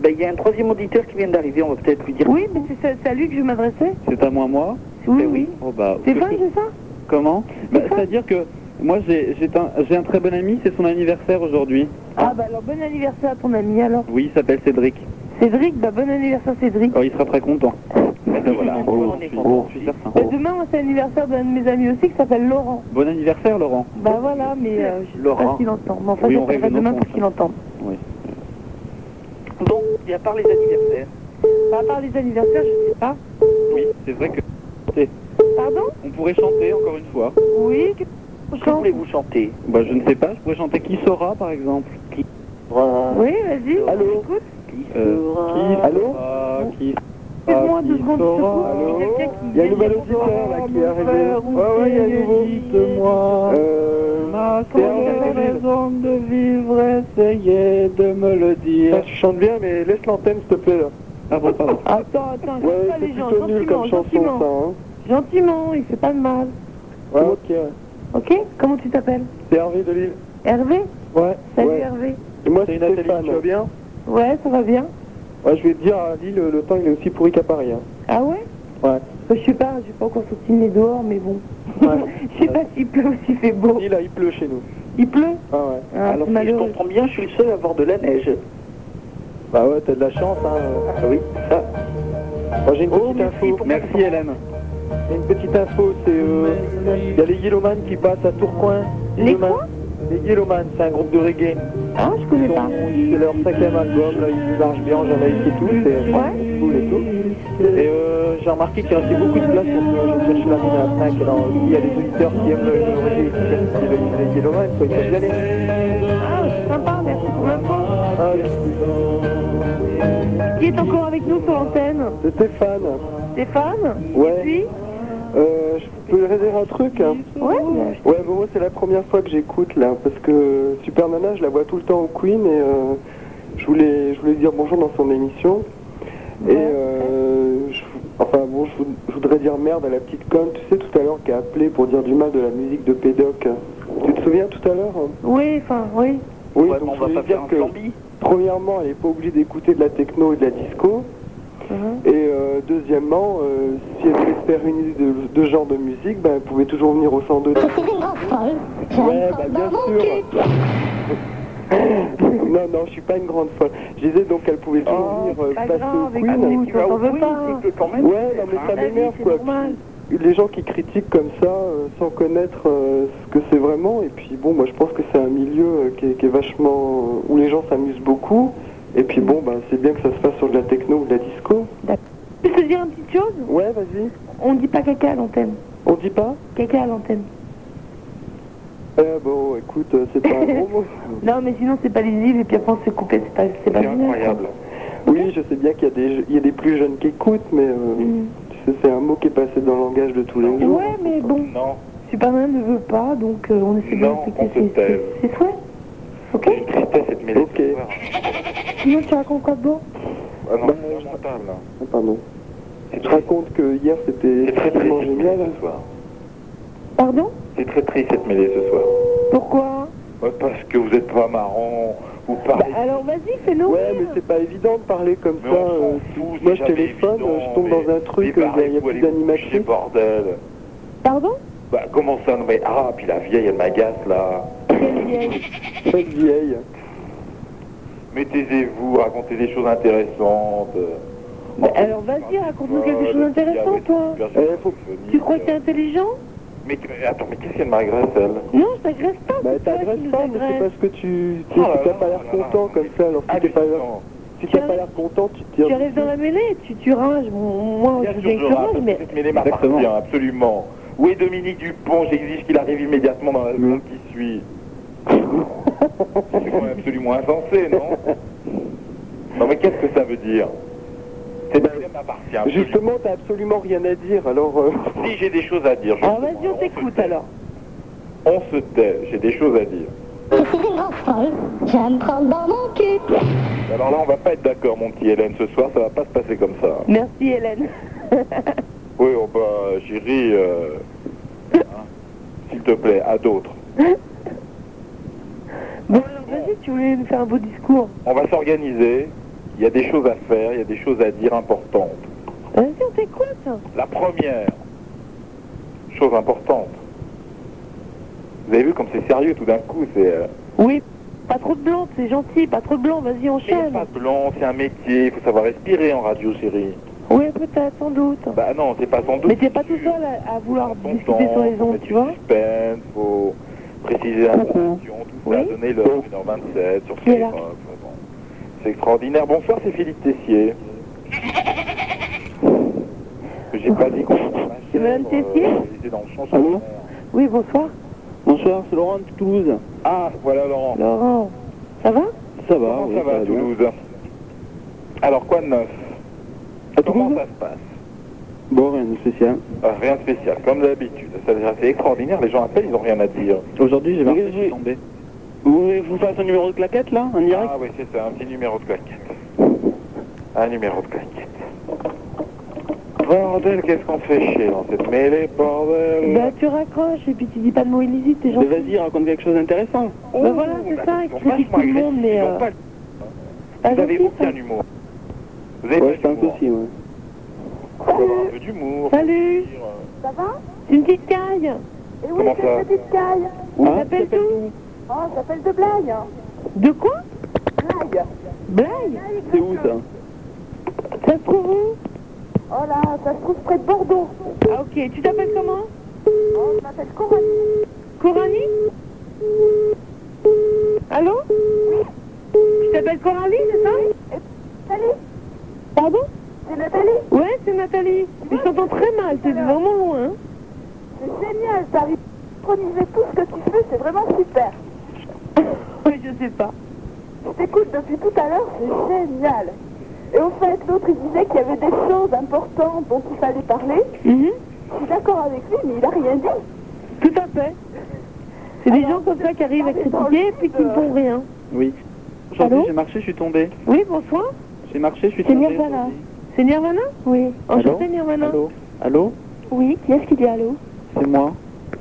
Speaker 14: Ben, il y a un troisième auditeur qui vient d'arriver, on va peut-être lui dire.
Speaker 4: Oui, mais c'est- c'est c'est à lui que je m'adressais.
Speaker 14: C'est à moi, moi
Speaker 4: Oui,
Speaker 14: Ben
Speaker 4: oui.
Speaker 14: Oh, bah,
Speaker 4: Stéphane, c'est ça
Speaker 14: Comment Bah, C'est-à-dire que
Speaker 20: Moi, j'ai j'ai un, j'ai un très bon ami, c'est son anniversaire aujourd'hui.
Speaker 4: Ah bah alors bon anniversaire à ton ami alors.
Speaker 20: Oui, il s'appelle Cédric.
Speaker 4: Cédric, bah bon anniversaire Cédric.
Speaker 20: Oh, il sera très content. voilà. Oh, je suis- je suis certain.
Speaker 4: Bah, demain c'est l'anniversaire d'un de mes amis aussi qui s'appelle Laurent.
Speaker 20: Bon anniversaire, Laurent.
Speaker 4: Bah voilà, mais euh, je sais
Speaker 20: Laurent.
Speaker 4: pas s'il entend. Mais enfin,
Speaker 20: Oui, on
Speaker 4: j'appellerai
Speaker 20: règle nos
Speaker 4: demain
Speaker 20: comptes.
Speaker 4: pour qu'il entende.
Speaker 20: Oui.
Speaker 4: Bon, et à part les anniversaires Bah, À part les anniversaires, je sais pas.
Speaker 20: Oui, c'est vrai que.
Speaker 4: Pardon
Speaker 20: On pourrait chanter encore une fois.
Speaker 4: Oui, que-
Speaker 20: Que voulez-vous chanter Bah, je ne sais pas, je pourrais chanter Qui saura, par exemple. Qui
Speaker 4: Oui, vas-y, Allô écoute.
Speaker 20: Euh, qui Allô Qui
Speaker 4: Excuse-moi deux secondes, je te coupe. hein, Il y a un nouvel auditeur là qui est arrivé. Ouais, ouais, il y a un nouveau.
Speaker 20: Dites-moi, ma raison de vivre, essayez de me le dire. je chante Ah, bien, mais laisse l'antenne, s'il te plaît. Là. Ah bon, pardon.
Speaker 4: Attends, attends, écoute
Speaker 20: Euh,
Speaker 4: pas les gens, gentiment, gentiment.
Speaker 20: ça.
Speaker 4: Gentiment, il fait pas de mal.
Speaker 20: Hein. Ouais, ok.
Speaker 4: Ok Comment tu t'appelles
Speaker 20: C'est Hervé de Lille.
Speaker 4: Hervé
Speaker 20: Ouais.
Speaker 4: Salut Hervé.
Speaker 20: Et moi, c'est Nathalie, tu vas bien
Speaker 4: Ouais, ça va bien
Speaker 20: Ouais, je vais te dire, à Lille, le temps, il est aussi pourri qu'à Paris. hein.
Speaker 4: Ah ouais Bah,
Speaker 20: Ouais.
Speaker 4: Je sais pas, j'ai pas encore sorti de mes dehors, mais bon. Je sais pas s'il pleut ou s'il fait beau.
Speaker 20: Lille, là, il pleut chez nous.
Speaker 4: Il pleut
Speaker 20: Ah ouais.
Speaker 4: Ah, c'est
Speaker 20: Alors, si je
Speaker 4: malheureux.
Speaker 20: comprends bien, je suis le seul à avoir de la neige. Bah ouais, t'as de la chance, hein. Ah oui, ça. Moi, j'ai une petite info. Merci, Hélène. J'ai une petite info, c'est... euh, Il y a les Yellowman qui passent à Tourcoing. Les quoi Les Yellowman, c'est un groupe de reggae.
Speaker 4: Ah, je connais
Speaker 20: pas. C'est leur cinquième album, là, ils marchent bien en Jamaïque et tout, c'est ouais. cool et tout. Et euh, j'ai remarqué qu'il restait beaucoup de place pour que je cherche la mine à 5. Alors, il y a des auditeurs qui aiment le le reggae, qui aiment les- les Yellowman, quoi, ils peuvent y aller. Ah,
Speaker 4: Ah, c'est sympa, merci pour l'info. Qui est encore avec nous sur l'antenne
Speaker 20: C'est Stéphane.
Speaker 4: Stéphane
Speaker 20: Ouais.
Speaker 4: Et puis
Speaker 20: Euh, je peux réserver un truc hein
Speaker 4: Ouais,
Speaker 20: Ouais, bon, moi, c'est la première fois que j'écoute, là, parce que Super Nana, je la vois tout le temps au Queen, et euh, je, voulais, je voulais dire bonjour dans son émission. Et, euh, je- enfin, bon, je, vou- je voudrais dire merde à la petite conne, tu sais, tout à l'heure, qui a appelé pour dire du mal de la musique de Pédoc. Tu te souviens tout à l'heure hein
Speaker 4: Oui, enfin, oui.
Speaker 20: Oui, donc je voulais dire que, premièrement, elle n'est pas obligée d'écouter de la techno et de la disco. Et euh, deuxièmement, euh, si elle voulait se faire une idée de, de genre de musique, ben, elle pouvait toujours venir au 102. Ouais, bah bien sûr. non, non, je suis pas une grande folle. Je disais donc qu'elle pouvait toujours venir euh, passer au Queen. Ouais, non, mais ça m'énerve quoi. Les gens qui critiquent comme ça, euh, sans connaître euh, ce que c'est vraiment, et puis bon, moi je pense que c'est un milieu euh, qui, est, qui est vachement. euh, où les gens s'amusent beaucoup, et puis bon, bah, c'est bien que ça se fasse sur de la techno ou de la disco.
Speaker 4: Je peux te dire une petite chose
Speaker 20: Ouais, vas-y.
Speaker 4: On dit pas caca à l'antenne.
Speaker 20: On dit pas
Speaker 4: Caca à l'antenne.
Speaker 20: Euh, bon, écoute, euh, c'est pas un gros mot.
Speaker 4: Non, mais sinon, c'est pas lisible et puis après, on se fait couper. C'est pas, c'est pas bien.
Speaker 20: Oui, je sais bien qu'il y, a des- il y a des plus jeunes qui écoutent, mais euh, tu sais, c'est un mot qui est passé dans le langage de tous les jours.
Speaker 4: Mm. Ouais, mais bon. Non. Superman ne veut pas, donc euh, on essaie de respecter ses, ses, ses souhaits. Ok
Speaker 20: Ok.
Speaker 4: Sinon, tu racontes quoi de Bah, beau
Speaker 20: Ah non, Ah, Pardon. Je raconte que hier c'était extrêmement génial.
Speaker 4: Pardon
Speaker 19: C'est très triste cette mêlée ce soir.
Speaker 4: Pourquoi Bah,
Speaker 19: Ouais, Parce que vous êtes pas marrant, vous parlez.
Speaker 4: Alors, vas-y, fais-nous
Speaker 20: Ouais, mais c'est pas évident de parler comme ça. euh, moi, je téléphone, euh, je tombe dans un truc, euh, il y a- il y a plus
Speaker 19: C'est
Speaker 20: d'animatrice.
Speaker 19: bordel.
Speaker 4: Pardon
Speaker 19: Bah comment ça non mais ah puis la vieille elle m'agace là.
Speaker 20: Pas de vieille.
Speaker 19: Mettez-vous, racontez des choses intéressantes.
Speaker 4: Bah, Alors, vas-y, raconte-nous
Speaker 20: Ah,
Speaker 4: quelque
Speaker 20: bah,
Speaker 4: chose
Speaker 19: Euh,
Speaker 4: d'intéressant, toi. Tu crois que t'es intelligent
Speaker 19: Mais mais attends euh, mais qu'est-ce qu'elle m'agresse elle
Speaker 4: Non, je t'agresse pas.
Speaker 20: Bah, t'agresses pas, mais c'est parce que tu
Speaker 4: Ah
Speaker 20: tu- tu t'as pas l'air
Speaker 4: oh
Speaker 20: content comme ça. Alors, si t'es pas l'air- si t'as pas l'air content, tu te
Speaker 4: Tu restes dans la mêlée, tu, tu rages. Bon, Moi, je
Speaker 19: Bien
Speaker 4: veux
Speaker 19: sûr,
Speaker 4: bien que
Speaker 19: je
Speaker 4: tu
Speaker 19: rate,
Speaker 4: rages, mais.
Speaker 19: cette mêlée m'appartient absolument. Où est Dominique Dupont J'exige qu'il arrive immédiatement dans la zone qui suit. C'est quand même absolument insensé, non Non mais qu'est-ce que ça veut dire Cette mêlée m'appartient. absolument.
Speaker 20: Justement, t'as absolument rien à dire, alors... euh,
Speaker 19: Si j'ai des choses à dire, je-
Speaker 4: Alors, vas-y, on t'écoute alors.
Speaker 19: on se tait, j'ai des choses à dire.
Speaker 21: Je vais me prendre dans mon cul.
Speaker 19: Alors là, on va pas être d'accord, mon petit Hélène, ce soir, ça va pas se passer comme ça.
Speaker 4: Merci, Hélène.
Speaker 19: Oui, oh bah, chérie, euh, hein, s'il te plaît, à d'autres.
Speaker 4: Bon, alors, vas-y, tu voulais me faire un beau discours.
Speaker 19: On va s'organiser, il y a des choses à faire, il y a des choses à dire importantes.
Speaker 4: Vas-y, on t'écoute.
Speaker 19: La première chose importante, Vous avez vu comme c'est sérieux tout d'un coup, c'est... euh,
Speaker 4: Oui, pas trop de blanc, c'est gentil, pas trop de blanc, vas-y,
Speaker 19: C'est
Speaker 4: enchaîne.
Speaker 19: pas blanc, c'est un métier, il faut savoir respirer en radio, chérie.
Speaker 4: Oui, peut-être, sans doute.
Speaker 19: Bah non, c'est pas sans doute.
Speaker 4: Mais t'es pas tout seul à, à vouloir discuter
Speaker 19: temps,
Speaker 4: sur les ondes, tu vois
Speaker 19: suspense, faut préciser la situation, tout ça, donner l'heure, 1h27 sur
Speaker 4: Voilà.
Speaker 19: Facebook. bon. C'est extraordinaire. Bonsoir, c'est Philippe Tessier. J'ai pas dit qu'on
Speaker 4: C'est Madame Tessier
Speaker 19: était dans le champ.
Speaker 4: Oui, bonsoir.
Speaker 20: Bonsoir, c'est Laurent de Toulouse.
Speaker 19: Ah, voilà Laurent.
Speaker 4: Laurent, ça va
Speaker 20: Ça va,
Speaker 19: Comment
Speaker 20: oui,
Speaker 19: ça va à
Speaker 20: bien.
Speaker 19: Toulouse Alors, quoi de neuf Comment ça se passe
Speaker 20: Bon, rien de spécial.
Speaker 19: Ah, Rien de spécial, comme d'habitude. C'est-à-dire, C'est extraordinaire, les gens appellent, ils n'ont rien à dire.
Speaker 20: Aujourd'hui, j'ai
Speaker 19: Oui,
Speaker 20: marqué, je suis tombé. Vous voulez que je vous fasse un numéro de claquette, là En direct
Speaker 19: Ah oui, c'est ça, un petit numéro de claquette. Un numéro de claquette. Bordel, qu'est-ce qu'on se fait chier dans cette mêlée, bordel
Speaker 4: Bah, tu raccroches et puis tu dis pas de mots illicites, t'es
Speaker 20: Euh. Mais
Speaker 4: gentil.
Speaker 20: vas-y, raconte quelque chose d'intéressant.
Speaker 19: Oh,
Speaker 4: Bah voilà, c'est ça, explique tout le monde, mais. euh, Ah,
Speaker 19: Vous n'avez aucun humour. Vous avez
Speaker 20: Ouais, c'est un souci, ouais.
Speaker 19: faut avoir un peu d'humour. euh.
Speaker 4: Salut Ça va C'est une petite caille
Speaker 19: oui,
Speaker 4: Et
Speaker 19: Comment c'est une ça Hein
Speaker 4: petite caille
Speaker 19: Oui.
Speaker 4: On s'appelle tout Oh, on s'appelle de Blaye De quoi Blaye Blaye
Speaker 20: C'est où, ça
Speaker 4: Ça se trouve où Oh là, ça se trouve près de Bordeaux Ah ok, tu t'appelles comment Oh, je m'appelle Coranie Coranie Allô Tu t'appelles Coralie, c'est ça Nathalie Pardon C'est Nathalie Ouais, c'est Nathalie. Mais je t'entends très mal, t'es vraiment loin. hein. C'est génial, t'arrives à synchroniser tout ce que tu fais, c'est vraiment super. oui, je sais pas. Je t'écoute depuis tout à l'heure, c'est génial. Et au fait, l'autre, il disait qu'il y avait des choses importantes dont il fallait parler. Je suis d'accord avec lui, mais il a rien dit. Mhm. Tout à fait. C'est des gens comme ça qui arrivent à critiquer et puis qui ne font rien.
Speaker 20: Oui. Aujourd'hui, j'ai marché, je suis tombé.
Speaker 4: Oui, bonsoir.
Speaker 20: J'ai marché, je suis
Speaker 4: C'est
Speaker 20: tombé.
Speaker 4: Nirvana. C'est Nirvana Oui. Enchanté Nirvana.
Speaker 20: Allô Allô
Speaker 4: Oui, qui est-ce qui dit allô
Speaker 20: C'est moi.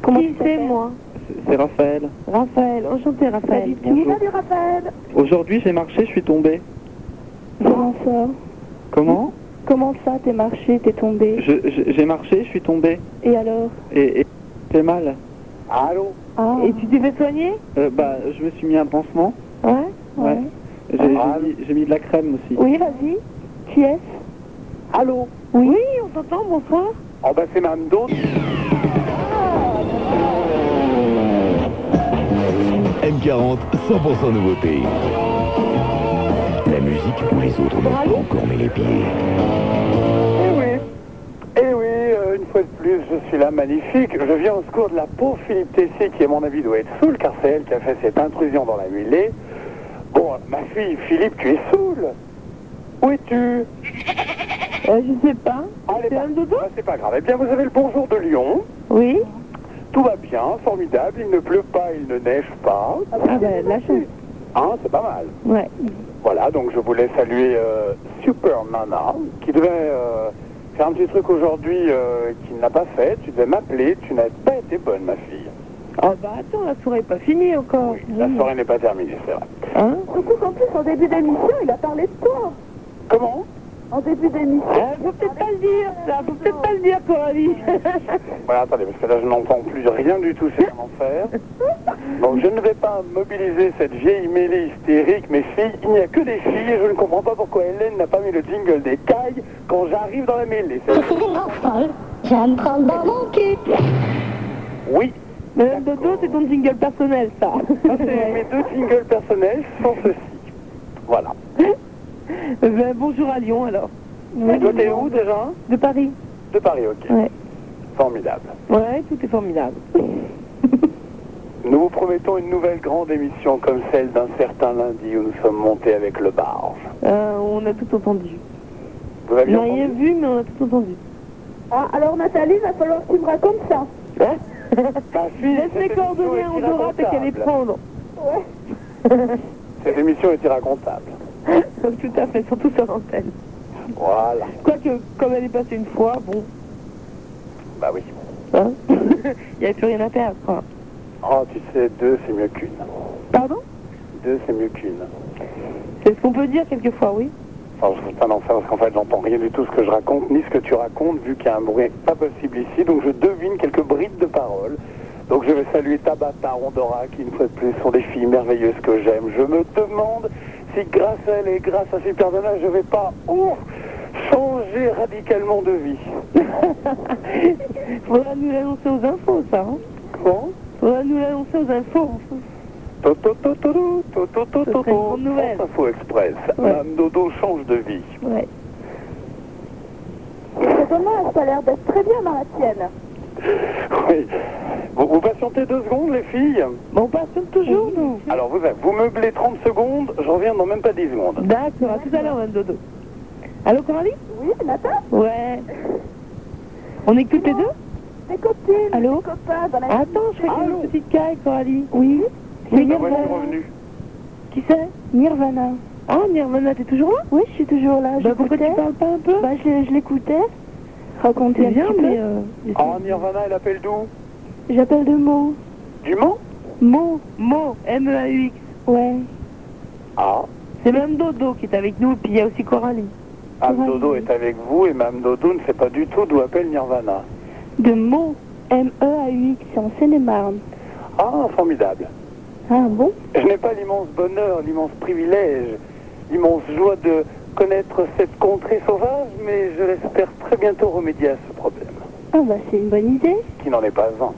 Speaker 4: Comment Qui c'est moi
Speaker 20: C'est- C'est Raphaël.
Speaker 4: Raphaël, enchanté Raphaël.
Speaker 20: Bonjour.
Speaker 4: Salut Raphaël.
Speaker 20: Aujourd'hui, j'ai marché, je suis tombé.
Speaker 22: Comment ça
Speaker 20: Comment
Speaker 22: Comment ça, t'es marché, t'es tombé
Speaker 20: Je- je- J'ai marché, je suis tombé.
Speaker 22: Et alors
Speaker 20: Et, et j'ai mal. Allô
Speaker 4: Et tu t'es fait soigner
Speaker 20: Euh, Bah, je me suis mis un pansement.
Speaker 4: Ouais.
Speaker 20: Ouais. J'ai j'ai mis, j'ai mis de la crème aussi.
Speaker 22: Oui, vas-y. Qui est-ce
Speaker 20: Allô
Speaker 4: Oui, on t'entend, bonsoir.
Speaker 20: Ah bah c'est Mme Dot.
Speaker 23: M40, 100% nouveauté. La musique où les autres n'ont pas encore mis les pieds.
Speaker 20: Eh oui, eh oui euh, une fois de plus, je suis là magnifique. Je viens au secours de la pauvre Philippe Tessier, qui à mon avis doit être saoul, car c'est elle qui a fait cette intrusion dans la mêlée. Bon, ma fille, Philippe, tu es saoul. Où es-tu
Speaker 4: Euh, Je sais pas.
Speaker 20: Allez, bah, bah, c'est pas grave. Eh bien, vous avez le bonjour de Lyon.
Speaker 4: Oui.
Speaker 20: Tout va bien, formidable. Il ne pleut pas, il ne neige pas.
Speaker 4: Ah, bah, la chance.
Speaker 20: Hein, c'est pas mal.
Speaker 4: Ouais.
Speaker 20: Voilà, donc je voulais saluer euh, Super Nana, qui devait euh, faire un petit truc aujourd'hui euh, qu'il n'a pas fait. Tu devais m'appeler, tu n'as pas été bonne, ma fille.
Speaker 4: Oh bah attends, la soirée est pas finie encore.
Speaker 20: La soirée n'est pas terminée, c'est vrai.
Speaker 4: Hein Surtout qu'en plus, en début d'émission, il a parlé de toi.
Speaker 20: Comment
Speaker 4: En début d'émission. faut Euh, peut-être pas le dire, ça. Faut peut-être pas le dire, Coralie.
Speaker 20: Voilà, attendez, parce que là, je n'entends plus rien du tout, c'est un enfer. Donc, je ne vais pas mobiliser cette vieille mêlée hystérique, mes filles, il n'y a que des filles, et je ne comprends pas pourquoi Hélène n'a pas mis le jingle des cailles quand j'arrive dans la mêlée. C'est-
Speaker 4: Ah,
Speaker 24: Je vais me prendre dans mon cul.
Speaker 20: Oui,
Speaker 4: Madame Dodo, Euh, c'est ton jingle personnel, ça.
Speaker 20: ça, c'est mes deux jingles personnels sans ceci. Voilà.
Speaker 4: Ben, bonjour à Lyon, alors.
Speaker 20: Et toi, t'es où déjà
Speaker 4: De Paris.
Speaker 20: De Paris, ok. Formidable.
Speaker 4: Ouais, tout est formidable.
Speaker 20: Nous vous promettons une nouvelle grande émission comme celle d'un certain lundi où nous sommes montés avec le barge.
Speaker 4: Euh, on a tout entendu.
Speaker 20: Vous avez
Speaker 4: On n'a
Speaker 20: Bah, entendu
Speaker 4: rien vu, mais on a tout entendu. Ah, alors Nathalie, il va falloir que tu me racontes ça.
Speaker 20: Hein Ah,
Speaker 4: Laisse les coordonnées à Andorra, t'as qu'à les prendre.
Speaker 20: Cette émission est irracontable.
Speaker 4: tout à fait, surtout sur l'antenne.
Speaker 20: Voilà.
Speaker 4: Quoique, comme elle est passée une fois, bon,
Speaker 20: Bah oui.
Speaker 4: hein, il n'y avait plus rien à perdre, quoi.
Speaker 20: Oh, tu sais, deux, c'est mieux qu'une.
Speaker 4: Pardon
Speaker 20: Deux, c'est mieux qu'une.
Speaker 4: C'est ce qu'on peut dire quelquefois, oui.
Speaker 20: Enfin, je pas l'enfer parce qu'en fait, j'entends rien du tout ce que je raconte, ni ce que tu racontes, vu qu'il y a un bruit pas possible ici. Donc, je devine quelques brides de paroles. Donc je vais saluer Tabata Rondora qui une fois de plus sont des filles merveilleuses que j'aime. Je me demande si grâce à elle et grâce à Super Nana, je vais pas ouf, changer radicalement de vie.
Speaker 4: Faudra nous l'annoncer aux infos, ça. Hein
Speaker 20: Comment
Speaker 4: Faudra nous l'annoncer aux infos.
Speaker 20: Tototototo,
Speaker 4: Ce serait une
Speaker 20: tototototo,
Speaker 4: bonne nouvelle.
Speaker 20: France Info Express. Madame Dodo change de vie.
Speaker 4: Ouais.
Speaker 5: C'est dommage, ça a l'air d'être très bien dans la tienne.
Speaker 20: Oui. Vous, vous patientez deux secondes, les filles
Speaker 4: On patiente toujours, nous.
Speaker 5: Mhm.
Speaker 20: Alors, vous, vous meublez 30 secondes, je reviens dans même pas 10 secondes.
Speaker 4: D'accord, à tout à l'heure, Madame Dodo. Allô, Coralie
Speaker 5: Oui, Nathan
Speaker 4: Ouais. On est que toutes les deux
Speaker 5: Des copines,
Speaker 4: Allô
Speaker 5: des copains dans la
Speaker 4: Attends, je crois qu'il y a une petite caille, Coralie. Oui
Speaker 5: Oui,
Speaker 20: Ah,
Speaker 4: C'est
Speaker 5: bah, moi, je suis
Speaker 4: Nirvana. Qui c'est Nirvana. Ah, Nirvana, t'es toujours là
Speaker 5: Oui, je suis toujours là.
Speaker 4: Bah, pourquoi tu parles pas un peu
Speaker 5: Bah, je, je l'écoutais. Racontez
Speaker 4: C'est
Speaker 5: un
Speaker 4: bien,
Speaker 5: petit
Speaker 4: mais...
Speaker 5: peu.
Speaker 4: euh,
Speaker 20: Ah, Nirvana, elle appelle d'où
Speaker 5: J'appelle de mots.
Speaker 20: Du Mans
Speaker 4: Mo, Mo, M-E-A-U-X. E
Speaker 5: Ouais.
Speaker 20: Ah.
Speaker 4: C'est même Dodo qui est avec nous, puis il y a aussi Coralie.
Speaker 20: Mme Dodo est avec vous et Mme Dodo ne sait pas du tout d'où appelle Nirvana.
Speaker 5: De mots. M-E-A-U-X, c'est en Seine-et-Marne.
Speaker 20: Ah, formidable.
Speaker 5: Ah bon
Speaker 20: Je n'ai pas l'immense bonheur, l'immense privilège, l'immense joie de connaître cette contrée sauvage, mais je l'espère très bientôt remédier à ce problème,
Speaker 5: Ah bah, c'est une bonne idée.
Speaker 20: qui n'en est pas un.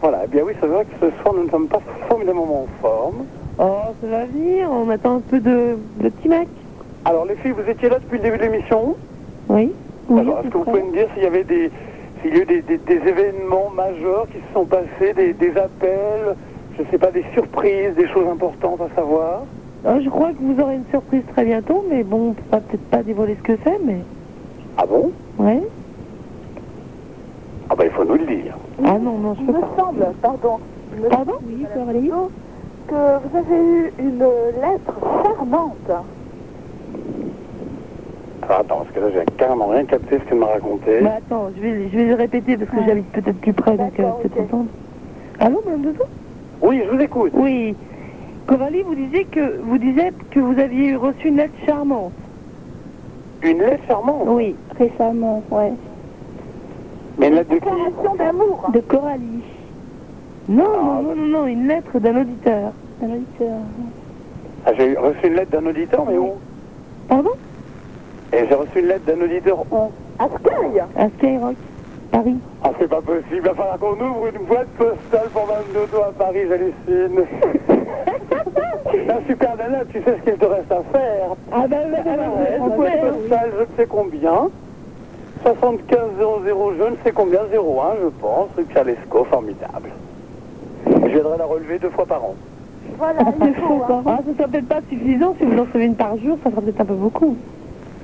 Speaker 20: Voilà, eh bien oui, c'est vrai que ce soir, nous ne sommes pas formidablement en forme.
Speaker 4: Oh, ça va venir, on attend un peu de, de petit Mac.
Speaker 20: Alors, les filles, vous étiez là depuis le début de l'émission
Speaker 4: Oui.
Speaker 20: Alors, est-ce que vous pouvez me dire s'il y avait des, s'il y a eu des, des- des événements majeurs qui se sont passés, des, des appels, je ne sais pas, des surprises, des choses importantes à savoir
Speaker 4: Oh, je crois que vous aurez une surprise très bientôt, mais bon, on pourra peut-être pas dévoiler ce que c'est, mais...
Speaker 20: Ah bon
Speaker 4: Ouais.
Speaker 20: Ah ben, il faut nous le dire.
Speaker 4: Ah non, non, je
Speaker 5: Il me semble, pardon. Il me
Speaker 4: Pardon
Speaker 5: Oui, Coralie. Que vous avez eu une lettre charmante.
Speaker 20: Alors, Ah, attends, parce que là, j'ai carrément rien capté ce que tu m'as raconté.
Speaker 4: Bah attends, je vais, je vais le répéter parce que j'habite peut-être plus près, donc euh, peut-être entendre. Allô, Madame Dodo
Speaker 20: Oui, je vous écoute.
Speaker 4: Oui. Coralie, vous disiez que vous disiez que vous aviez reçu une lettre charmante.
Speaker 20: Une lettre charmante
Speaker 4: Oui.
Speaker 5: Récemment, ouais.
Speaker 20: Mais une lettre de
Speaker 5: Déclaration d'amour. De Coralie.
Speaker 4: Non, non, non, non, non, une lettre d'un auditeur.
Speaker 5: D'un auditeur.
Speaker 20: Ah, j'ai reçu une lettre d'un auditeur, mais où
Speaker 4: Pardon
Speaker 20: Et j'ai reçu une lettre d'un auditeur où
Speaker 5: À Sky
Speaker 4: À Skyrock, Paris.
Speaker 20: Ah, c'est pas possible, il va falloir qu'on ouvre une boîte postale pour Mme Dodo à Paris, j'hallucine. La super nana, tu sais ce qu'il te reste à faire.
Speaker 4: Ah ben, ben, ben,
Speaker 20: Ouais,
Speaker 4: ben,
Speaker 20: une boîte
Speaker 4: ben,
Speaker 20: postale, je ne sais combien. 75 00, je ne sais combien, 01, je pense, rue Pierre Lescaut, formidable. J'aiderai la relever deux fois par an.
Speaker 5: Voilà, hein.
Speaker 4: il faut. Ah, ça sera peut-être pas suffisant si vous en recevez une par jour, ça sera peut-être un peu beaucoup.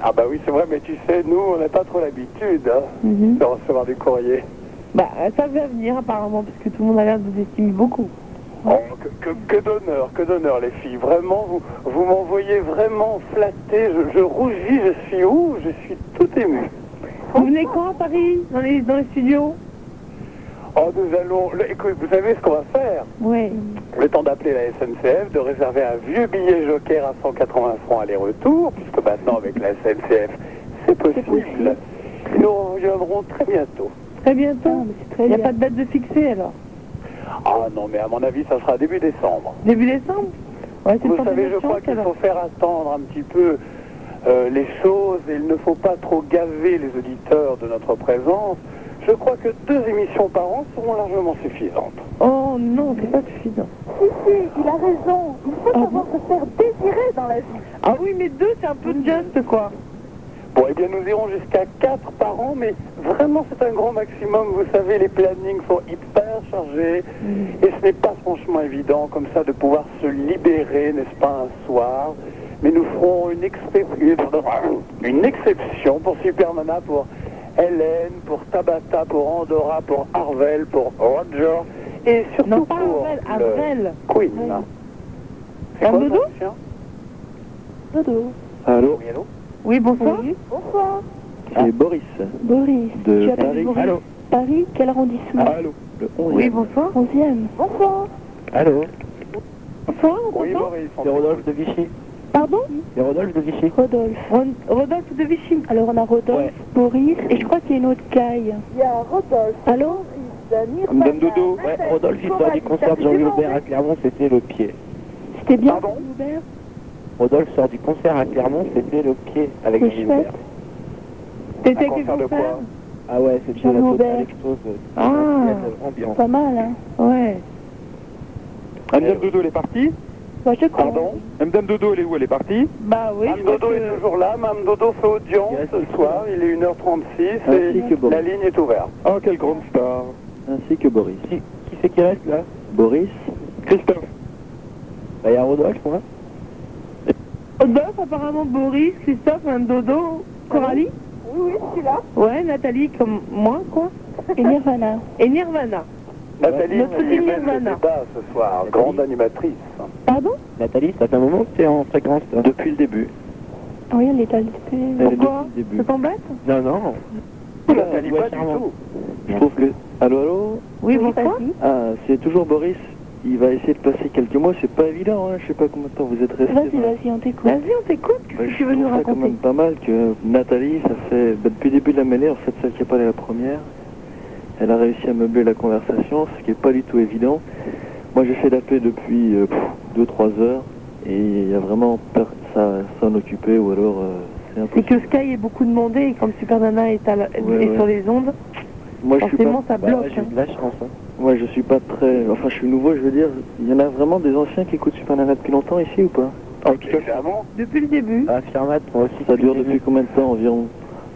Speaker 20: Ah bah oui, c'est vrai, mais tu sais, nous, on n'a pas trop l'habitude hein,
Speaker 4: Mhm.
Speaker 20: de recevoir du courrier.
Speaker 4: Bah, euh, ça va venir apparemment, parce que tout le monde a l'air de vous estimer beaucoup.
Speaker 20: Oh, que que- que d'honneur, que d'honneur, les filles. Vraiment, vous, vous m'envoyez vraiment flatté. Je, je rougis, je suis où Je suis tout ému.
Speaker 4: Vous venez quand à Paris dans les, dans les studios
Speaker 20: Oh, nous allons... le- Écoute, vous savez ce qu'on va faire
Speaker 4: Oui.
Speaker 20: Le temps d'appeler la SNCF, de réserver un vieux billet joker à 180 francs aller-retour, puisque maintenant, avec la SNCF, c'est possible. Et Nous reviendrons très bientôt.
Speaker 4: Très
Speaker 5: Ah,
Speaker 4: bientôt. Il n'y a pas de date de fixée alors.
Speaker 20: Ah non, mais à mon avis, ça sera début décembre.
Speaker 4: Début décembre Ouais, Bah, c'est
Speaker 20: Vous
Speaker 4: pas
Speaker 20: savez,
Speaker 4: de
Speaker 20: je crois
Speaker 4: chance,
Speaker 20: qu'il
Speaker 4: alors.
Speaker 20: faut faire attendre un petit peu euh, les choses et il ne faut pas trop gaver les auditeurs de notre présence. Je crois que deux émissions par an seront largement suffisantes.
Speaker 4: Oh non, c'est pas suffisant.
Speaker 5: Si, si, il a raison. Il
Speaker 20: Ah
Speaker 5: faut savoir se faire désirer dans la vie.
Speaker 4: Ah oui, mais deux, c'est un peu juste quoi.
Speaker 20: Bon, eh bien, nous irons jusqu'à quatre par an, mais vraiment, c'est un grand maximum. Vous savez, les plannings sont hyper chargés et ce n'est pas franchement évident comme ça de pouvoir se libérer, n'est-ce pas, un soir. Mais nous ferons une, expé- une exception pour Supermana, pour Hélène, pour Tabata, pour Andorra, pour Harvel, pour Roger et surtout
Speaker 4: Non, pas
Speaker 20: pour
Speaker 4: Harvel,
Speaker 20: le
Speaker 4: Harvel.
Speaker 20: Queen. C'est
Speaker 4: Un
Speaker 20: quoi,
Speaker 4: dodo
Speaker 20: ça, chien
Speaker 5: Dodo.
Speaker 25: Allô
Speaker 20: Oui, allô
Speaker 4: Oui, bonsoir.
Speaker 5: Bonsoir.
Speaker 25: C'est Boris.
Speaker 5: Boris.
Speaker 25: De
Speaker 5: tu appelles
Speaker 25: Paris.
Speaker 5: Boris.
Speaker 25: Allô
Speaker 5: Paris, quel arrondissement
Speaker 25: Allô Le 11e.
Speaker 4: bonsoir.
Speaker 5: Onzième. Bonsoir.
Speaker 25: Allô
Speaker 4: Bonsoir,
Speaker 25: Oui, Boris. C'est Rodolphe de Vichy.
Speaker 5: Pardon
Speaker 25: C'est Rodolphe de Vichy.
Speaker 5: Rodolphe.
Speaker 4: Rodolphe de Vichy.
Speaker 5: Alors on a Rodolphe, Boris, et je crois qu'il y a une autre caille.
Speaker 4: Il y a Rodolphe.
Speaker 5: Allô
Speaker 25: Madame Dodo, ouais, Rodolphe, l'histoire du concert de Jean-Louis Aubert à Clermont, c'était le pied.
Speaker 1: C'était bien, Hubert
Speaker 25: Rodolphe sort du concert à Clermont, c'était le pied avec
Speaker 1: Que je
Speaker 25: Gilbert.
Speaker 1: fais T'étais quelque
Speaker 25: concert de quoi
Speaker 1: part
Speaker 25: Ah ouais, c'était la
Speaker 1: Jean-Louis
Speaker 25: totale euh,
Speaker 1: Aubert.
Speaker 25: explose.
Speaker 1: Ah, pas mal, hein Ouais.
Speaker 6: Madame Dodo, elle est partie
Speaker 1: Bah, je crois.
Speaker 6: Pardon Madame Dodo, elle est où Elle est partie
Speaker 1: Bah oui.
Speaker 6: Madame Dodo est toujours là. Madame Dodo fait audience ce soir. Il est 1h36
Speaker 20: Ainsi que Boris.
Speaker 6: la ligne est ouverte.
Speaker 25: Ah,
Speaker 6: Oh, quelle grande star
Speaker 25: Ainsi que Boris. Qui, qui c'est qui reste là Boris Christophe. Bah y'a Rodolphe, moi.
Speaker 4: Rodolphe, apparemment Boris, Christophe, un dodo, Coralie Oui, oui, je suis là. Ouais, Nathalie, comme moi, quoi.
Speaker 1: Et Nirvana.
Speaker 4: Et Nirvana.
Speaker 20: Nathalie,
Speaker 4: Notre
Speaker 20: elle
Speaker 4: team
Speaker 20: mène le
Speaker 4: Nirvana.
Speaker 20: débat ce soir, grande animatrice.
Speaker 1: Pardon
Speaker 25: Nathalie, ça fait un moment que t'es en fréquence toi Depuis le début.
Speaker 1: Oui, elle est allée.
Speaker 25: Pourquoi
Speaker 1: Ça t'embête
Speaker 25: Non, non. Nathalie, pas du tout. Je trouve que... Allô, allô
Speaker 4: Oui, bonsoir.
Speaker 25: Ah, c'est toujours Boris. Il va essayer de passer quelques mois, c'est pas évident, hein. je sais pas combien de temps vous êtes restés.
Speaker 1: Vas-y, vas-y, on t'écoute. Vas-y, on t'écoute.
Speaker 25: Bah, je
Speaker 1: tu veux nous
Speaker 25: trouve ça quand
Speaker 1: raconter
Speaker 25: même pas mal que Nathalie, ça fait bah, depuis le début de la mêlée, en fait celle qui a parlé la première, elle a réussi à meubler la conversation, ce qui est pas du tout évident. Moi j'essaie d'appeler depuis euh, 2-3 heures et il y a vraiment personne à s'en occuper ou alors euh, c'est un peu...
Speaker 4: C'est que Sky est beaucoup demandé et comme Super Nana est, à la-
Speaker 25: Ouais,
Speaker 4: est
Speaker 25: ouais.
Speaker 4: sur les ondes,
Speaker 25: Moi je suis pas... Bah,
Speaker 4: forcément ça bloque. hein.
Speaker 25: de la chance. Moi je suis pas très... Enfin je suis nouveau, je veux dire, il y en a vraiment des anciens qui écoutent Super Nana depuis longtemps ici ou pas En tout cas,
Speaker 20: Ah
Speaker 4: Depuis le début.
Speaker 25: Ah, moi aussi. Ça dure depuis combien de temps environ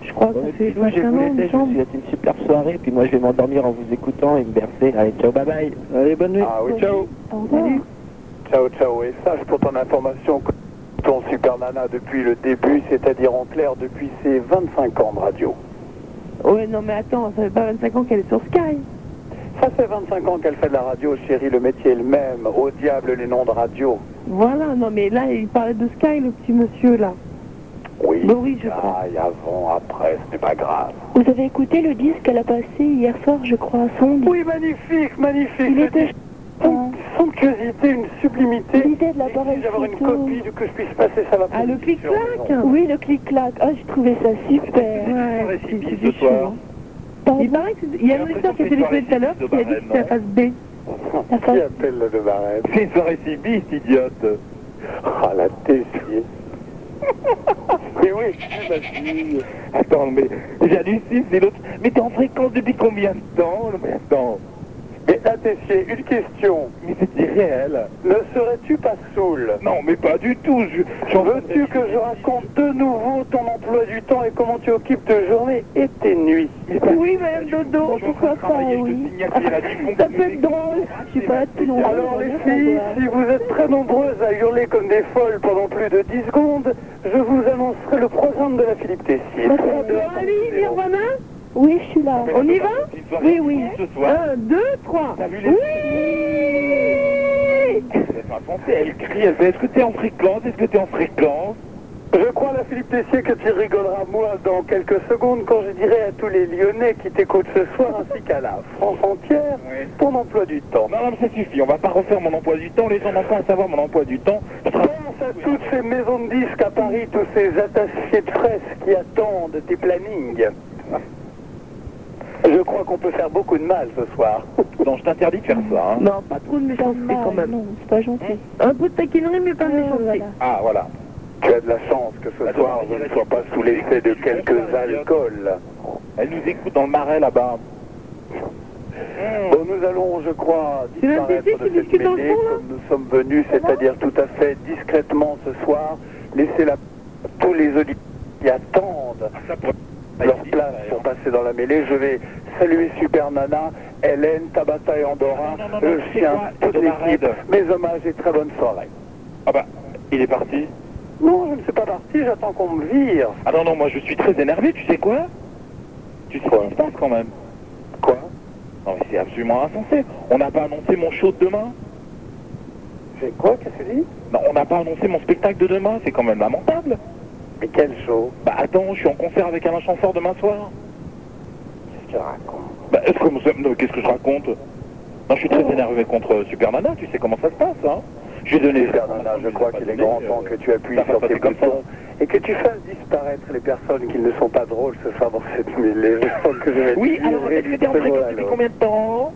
Speaker 4: Je crois que c'est
Speaker 25: Vous, je
Speaker 4: un
Speaker 25: vous
Speaker 4: an, il me
Speaker 25: laisse, je vous
Speaker 4: semble.
Speaker 25: souhaite une superbe soirée, puis moi je vais m'endormir en vous écoutant et me bercer. Allez, ciao, bye bye. Allez, bonne nuit.
Speaker 20: Ah oui, ciao.
Speaker 1: Salut.
Speaker 20: Ciao, ciao. Et sache pour ton information que ton Super Nana depuis le début, c'est-à-dire en clair depuis ses 25 ans de radio.
Speaker 4: Ouais, non, mais attends, ça fait pas 25 ans qu'elle est sur Sky.
Speaker 20: Ça fait 25 ans qu'elle fait de la radio, chérie. Le métier est le même. Au diable les noms de radio.
Speaker 4: Voilà, non, mais là, il parlait de Sky, le petit monsieur, là.
Speaker 20: Oui.
Speaker 4: Boris, je crois.
Speaker 20: Aïe, avant, après, ce n'est pas grave.
Speaker 1: Vous avez écouté le disque qu'elle a passé hier soir, je crois, à Sonde
Speaker 20: Oui, magnifique, magnifique.
Speaker 1: Il était
Speaker 20: somptuosité, une sublimité.
Speaker 1: L'idée de la pareille
Speaker 20: D'avoir une
Speaker 1: photo.
Speaker 20: copie de que je puisse passer ça à la
Speaker 1: Ah, le clic-clac
Speaker 20: Oui.
Speaker 1: Oui, le clic-clac. Ah, j'ai trouvé ça super.
Speaker 20: ce soir.
Speaker 4: Il paraît que c'est- il y a un auditeur qui a téléphoné tout à l'heure qui a dit que
Speaker 20: hein.
Speaker 4: c'était la face B.
Speaker 20: Qui appelle le barème C'est une soirée cibiste, idiote. Ah, la tessier. mais oui, je suis ma fille. Attends, mais j'hallucine, c'est l'autre. Mais t'es en fréquence depuis combien de temps Mais attends. Mais la Tessier, une question. Mais c'est irréel. Ne serais-tu pas saoul Non, mais pas du tout. Veux-tu que je raconte de nouveau ton emploi du temps et comment tu occupes tes journées et tes nuits
Speaker 4: Oui, madame Dodo, pourquoi pas, oui. Ça peut être drôle. Je suis pas là depuis longtemps.
Speaker 20: Alors les filles, si vous êtes très nombreuses à hurler comme des folles pendant plus de 10 secondes, je vous annoncerai le programme de la Philippe Tessier.
Speaker 4: Coralie, Nirvana
Speaker 1: Oui, je suis
Speaker 20: Ah,
Speaker 1: là.
Speaker 4: On y va Oui, oui. Un, deux, trois. Oui
Speaker 20: Elle crie, elle fait Est-ce que t'es en fréquence Est-ce que t'es en fréquence Je crois, la Philippe Tessier, que tu rigoleras moi dans quelques secondes quand je dirai à tous les Lyonnais qui t'écoutent ce soir ainsi qu'à la France entière ton emploi du temps. Non, non, ça suffit, on va pas refaire mon emploi du temps, les gens n'ont pas à savoir mon emploi du temps. Pense à toutes ces maisons de disques à Paris, tous ces attachés de presse qui attendent tes plannings. Je crois qu'on peut faire beaucoup de mal ce soir. Non, je t'interdis de faire ça. hein.
Speaker 4: Non, pas trop de méchanceté quand même. Ah, Non, c'est pas gentil. Un peu de taquinerie, mais pas de méchanceté.
Speaker 20: Ah, voilà. Tu as de la chance que ce soir je ne sois pas sous l'effet de quelques alcools. Elle nous écoute dans le marais là-bas. Mmh. Bon, nous allons, je crois, Ah, disparaître de cette mêlée comme nous sommes venus, c'est-à-dire tout à fait discrètement ce soir, laisser la... tous les auditeurs qui attendent leur place pour passer dans la mêlée. Je vais saluer Super Nana, Hélène, Tabata et Andorra, le chien, toute l'équipe, mes hommages et très bonne soirée. Ah bah, il est parti Non, je ne suis pas parti, j'attends qu'on me vire. Ah non, non, moi je suis très énervé, tu sais quoi Tu sais quoi qui se passe quand même Quoi Non mais c'est absolument insensé. On n'a pas annoncé mon show de demain C'est quoi, qu'est-ce que tu dis Non, on n'a pas annoncé mon spectacle de demain, c'est quand même lamentable. Mais quel show Bah attends, je suis en concert avec Alain Champfort demain soir. Qu'est-ce que tu racontes Bah est-ce que... non, qu'est-ce que je raconte non, je suis très énervé contre Super Nana, tu sais comment ça se passe, hein Je suis donné... Super Nana, je crois qu'il est grand temps que tu appuies sur tes boutons et que tu fasses disparaître les personnes qui ne sont pas drôles ce soir dans cette mêlée, je pense que je vais être
Speaker 17: Oui, alors est-ce que t'es en
Speaker 20: viré
Speaker 17: fréquence
Speaker 20: du second
Speaker 17: depuis
Speaker 20: à l'autre.
Speaker 17: combien de temps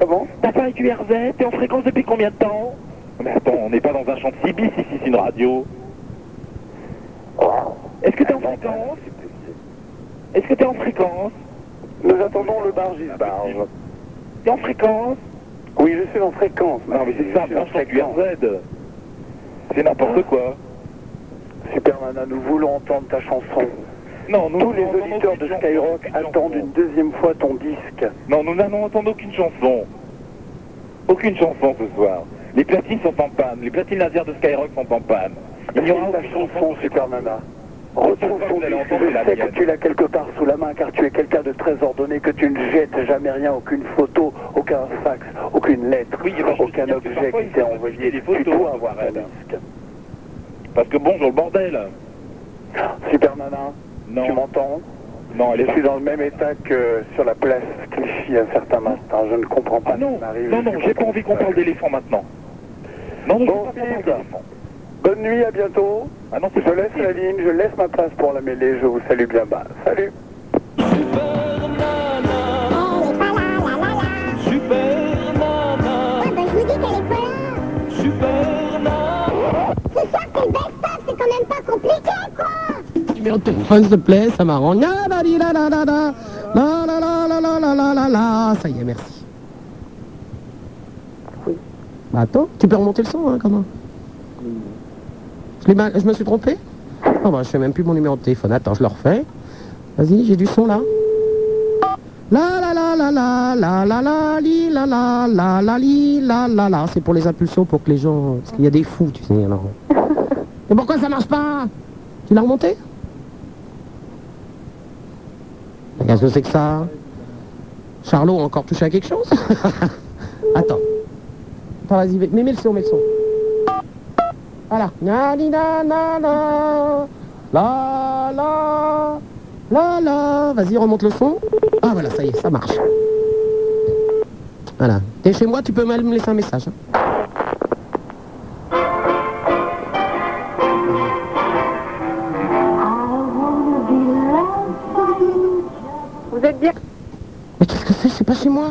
Speaker 20: Comment
Speaker 17: T'as pas un QRZ T'es en fréquence depuis combien de temps
Speaker 3: Mais attends, on n'est pas dans un champ de cibis ici, c'est une radio.
Speaker 17: Est-ce que t'es en
Speaker 20: Ah
Speaker 17: fréquence Est-ce que t'es en fréquence Ah,
Speaker 20: Nous attendons le bar Gisbarge.
Speaker 17: T'es en fréquence
Speaker 20: Oui, je suis en fréquence.
Speaker 3: Non, mais c'est ça,
Speaker 20: Je suis en
Speaker 3: branche la QRZ. C'est
Speaker 17: Hein
Speaker 3: n'importe quoi.
Speaker 20: Superman, nous voulons entendre ta chanson.
Speaker 3: Non, nous
Speaker 20: Tous les
Speaker 3: voulons entendre
Speaker 20: auditeurs
Speaker 3: aucune
Speaker 20: de
Speaker 3: chanson,
Speaker 20: Skyrock
Speaker 3: aucune
Speaker 20: attendent
Speaker 3: chanson.
Speaker 20: une deuxième fois ton disque.
Speaker 3: Non, nous n'allons entendre aucune chanson. Aucune chanson ce soir. Les platines sont en panne, les platines laser de Skyrock sont en panne. Il n'y aura aucune chanson,
Speaker 20: Supermana. Retrouve ton disque, je sais que tu l'as quelque part sous la main car tu es quelqu'un de très ordonné, que tu ne jettes jamais rien, aucune photo, aucun fax, aucune lettre, aucun objet qui t'est envoyé. Tu dois avoir un disque.
Speaker 3: Parce que bonjour le bordel.
Speaker 20: Supermana, tu m'entends
Speaker 3: Non, elle est-
Speaker 20: Je suis dans le même état que sur la place Clichy un certain matin. Je ne comprends pas ce qui m'arrive.
Speaker 3: Ah Non, non, j'ai pas envie qu'on parle d'éléphant maintenant. Non, non,
Speaker 20: Bon, Philippe, bonne nuit, à bientôt.
Speaker 3: Ah
Speaker 20: je laisse la ligne, je laisse ma place pour la mêlée. Je vous salue bien bas. Salut.
Speaker 10: Super Nana.
Speaker 16: ben, je vous dis qu'elle est pas là.
Speaker 10: Super Nana.
Speaker 16: C'est ça que le best-of, c'est quand même pas compliqué, quoi.
Speaker 2: Numéro de téléphone, s'il te plaît, ça m'arrange. Ah, la, di, la, la, la, la. La, la, la, la, la, la, la, la, la. Ça y est, merci. Bah, attends, tu peux remonter le son, hein, quand même. Je, l'ai mal- je me suis trompé Ah bah, je sais même plus mon numéro de téléphone. Attends, je le refais. Vas-y, j'ai du son là. La la la la la la la la li la la la la li la la la. C'est pour les impulsions, pour que les gens. Parce qu'il y a des fous, tu sais. Alors. Et pourquoi ça marche pas Tu l'as remonté Mais Qu'est-ce que c'est que ça Charlot a encore touché à quelque chose Attends. Attends, vas-y, mets- mets mets le son, mets le son. Voilà. Na ni na na na. La la. La la. Vas-y, remonte le son. Ah voilà, ça y est, ça marche. Voilà. T'es chez moi, tu peux même me laisser un message. hein.
Speaker 4: Vous êtes bien
Speaker 2: Mais qu'est-ce que c'est C'est pas chez moi.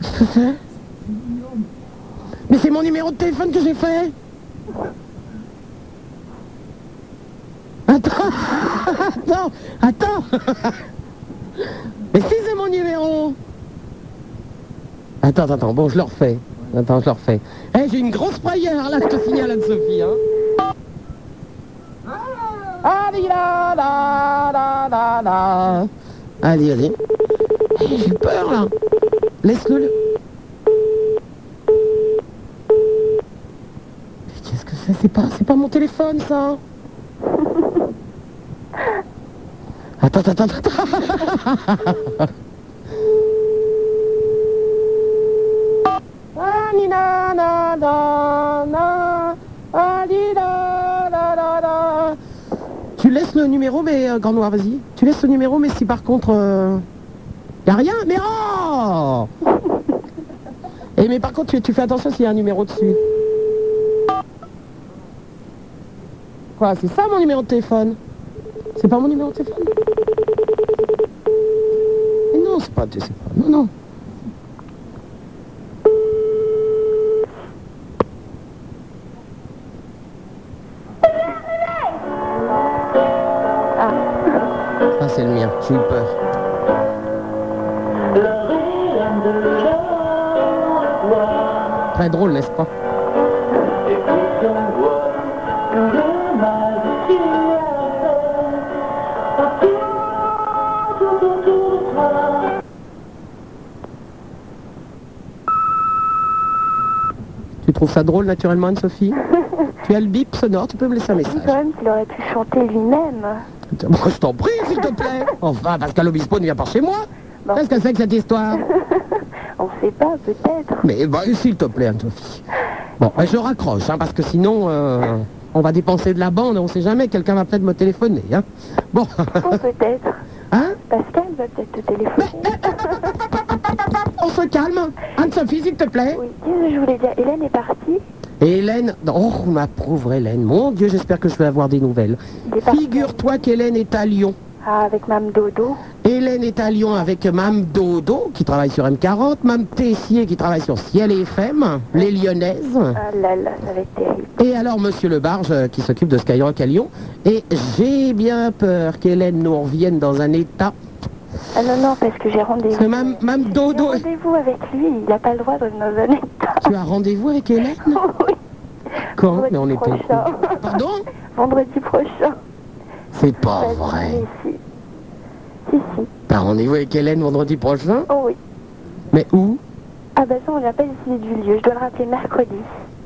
Speaker 2: Qu'est-ce que c'est Mais c'est mon numéro de téléphone que j'ai fait Attends Attends Attends Mais si c'est mon numéro Attends, attends, bon, je le refais. Attends, je le refais. Eh, j'ai une grosse prière, là, je te signale, Anne-Sophie, hein Allez, là, là, là, là, là Ah. Allez, vas-y. Eh, J'ai peur, là Laisse-le... le- Mais Qu'est-ce que c'est C'est pas, c'est pas mon téléphone, ça Attends, attends, attends, attends Ah, ni, na, na, na, na. Ah, ni, na, na, na, na. Tu laisses le numéro, mais euh, Grand Noir, vas-y. Tu laisses le numéro, mais si par contre. Euh, y a rien Mais oh Et mais par contre, tu, tu fais attention s'il y a un numéro dessus. Quoi, c'est ça mon numéro de téléphone C'est pas mon numéro de téléphone Mais non, c'est pas, c'est pas. Non, non. Ah. Ça, Ah, c'est le mien. J'ai eu peur. Très drôle, n'est-ce pas Tu trouves ça drôle naturellement, Anne-Sophie Tu as le bip sonore, tu peux me laisser un
Speaker 5: Je dis
Speaker 2: message.
Speaker 5: quand même qu'il aurait pu chanter lui-même.
Speaker 2: Moi, je t'en prie, s'il te plaît. Enfin, Pascal Obispo ne vient pas chez moi. Qu'est-ce que c'est que cette histoire
Speaker 5: On sait pas, peut-être.
Speaker 2: Mais bah, s'il te plaît, Anne-Sophie. Bon, bah, je raccroche, hein, parce que sinon, euh, on va dépenser de la bande, on sait jamais, quelqu'un va peut-être me téléphoner. Hein. Bon.
Speaker 5: peut-être.
Speaker 2: Hein
Speaker 5: Pascal va peut-être te téléphoner.
Speaker 2: On se calme. Anne-Sophie, s'il te plaît.
Speaker 5: Oui, qu'est-ce que je voulais dire Hélène est partie
Speaker 2: Et Hélène, oh ma pauvre Hélène, mon Dieu, j'espère que je vais avoir des nouvelles. Figure-toi qu'Hélène est à Lyon.
Speaker 4: Ah, avec Mme Dodo.
Speaker 2: Hélène est à Lyon avec Mme Dodo, qui travaille sur M40, Mme Tessier, qui travaille sur Ciel et FM, les Lyonnaises.
Speaker 4: Ah là là, ça va être terrible.
Speaker 2: Et alors, Monsieur Lebarge, euh, qui s'occupe de Skyrock à Lyon. Et j'ai bien peur qu'Hélène nous revienne dans un état.
Speaker 4: Ah non, non, parce que j'ai rendez-vous.
Speaker 2: Parce que Mme, Mme
Speaker 4: J'ai
Speaker 2: Dodo,
Speaker 4: rendez-vous avec lui, il n'a pas le droit de me venir.
Speaker 2: tu as rendez-vous avec Hélène Oui. Quand Mais on est pas au courant. Pardon
Speaker 4: Vendredi prochain.
Speaker 2: C'est pas vrai.
Speaker 4: Si, si.
Speaker 2: T'as rendez-vous avec Hélène vendredi prochain
Speaker 4: Oh oui.
Speaker 2: Mais où
Speaker 4: Ah bah ça, on n'a pas décidé du lieu, je dois le rappeler mercredi.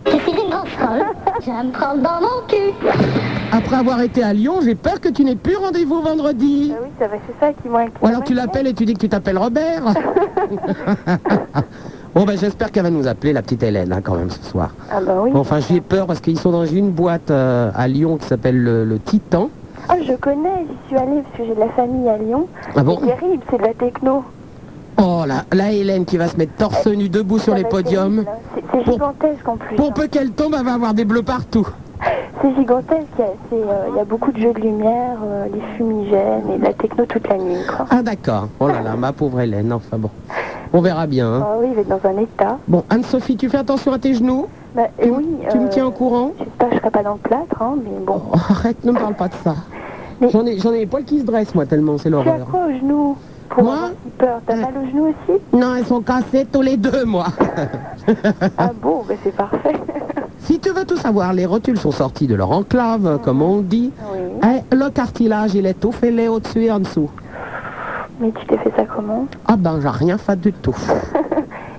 Speaker 26: Je suis une grosse folle. Je vais me prendre dans mon cul.
Speaker 2: Après avoir été à Lyon, j'ai peur que tu n'aies plus rendez-vous vendredi.
Speaker 4: Ah oui, ça va, c'est ça qui m'inquiète.
Speaker 2: Ou alors tu l'appelles et tu dis que tu t'appelles Robert. bon ben j'espère qu'elle va nous appeler la petite Hélène hein, quand même ce soir.
Speaker 4: Ah bah oui.
Speaker 2: Bon, enfin j'ai peur parce qu'ils sont dans une boîte euh, à Lyon qui s'appelle le, le Titan.
Speaker 4: Ah, je connais, j'y suis allée parce que j'ai de la famille à Lyon.
Speaker 2: Ah bon
Speaker 4: C'est terrible, c'est de la techno.
Speaker 2: Oh là, la Hélène qui va se mettre torse nu debout sur
Speaker 4: Ça
Speaker 2: les
Speaker 4: va être
Speaker 2: podiums.
Speaker 4: terrible, hein. C'est c'est gigantesque en plus.
Speaker 2: Pour peu qu'elle tombe, elle va avoir des bleus partout.
Speaker 4: C'est gigantesque, il y a- c'est, euh, il y a beaucoup de jeux de lumière, euh, les fumigènes et de la techno toute la nuit. Quoi.
Speaker 2: Ah d'accord. Oh là là, ma pauvre Hélène, enfin bon. On verra bien. hein.
Speaker 4: Ah oui, il va être dans un état.
Speaker 2: Bon, Anne-Sophie, tu fais attention à tes genoux
Speaker 4: Bah, et oui,
Speaker 2: Tu me
Speaker 4: euh,
Speaker 2: tiens au courant
Speaker 4: J'espère que je serai pas dans le plâtre, hein, mais bon.
Speaker 2: Oh, Arrête, ne me parle pas de ça. J'en ai, j'en ai les poils qui se dressent, moi, tellement
Speaker 4: Tu
Speaker 2: c'est
Speaker 4: as
Speaker 2: l'horreur.
Speaker 4: quoi au genou Pour
Speaker 2: Oh, Moi
Speaker 4: avoir si peur, t'as mal au genou aussi
Speaker 2: Non, ils sont cassés tous les deux, moi.
Speaker 4: Ah bon, bah c'est parfait.
Speaker 2: si tu veux tout savoir, les rotules sont sorties de leur
Speaker 4: Ah.
Speaker 2: enclave, comme on dit. Eh, le cartilage, il est tout fêlé au-dessus et en dessous.
Speaker 4: Mais tu t'es fait ça comment
Speaker 2: Ah ben, j'ai rien fait du tout.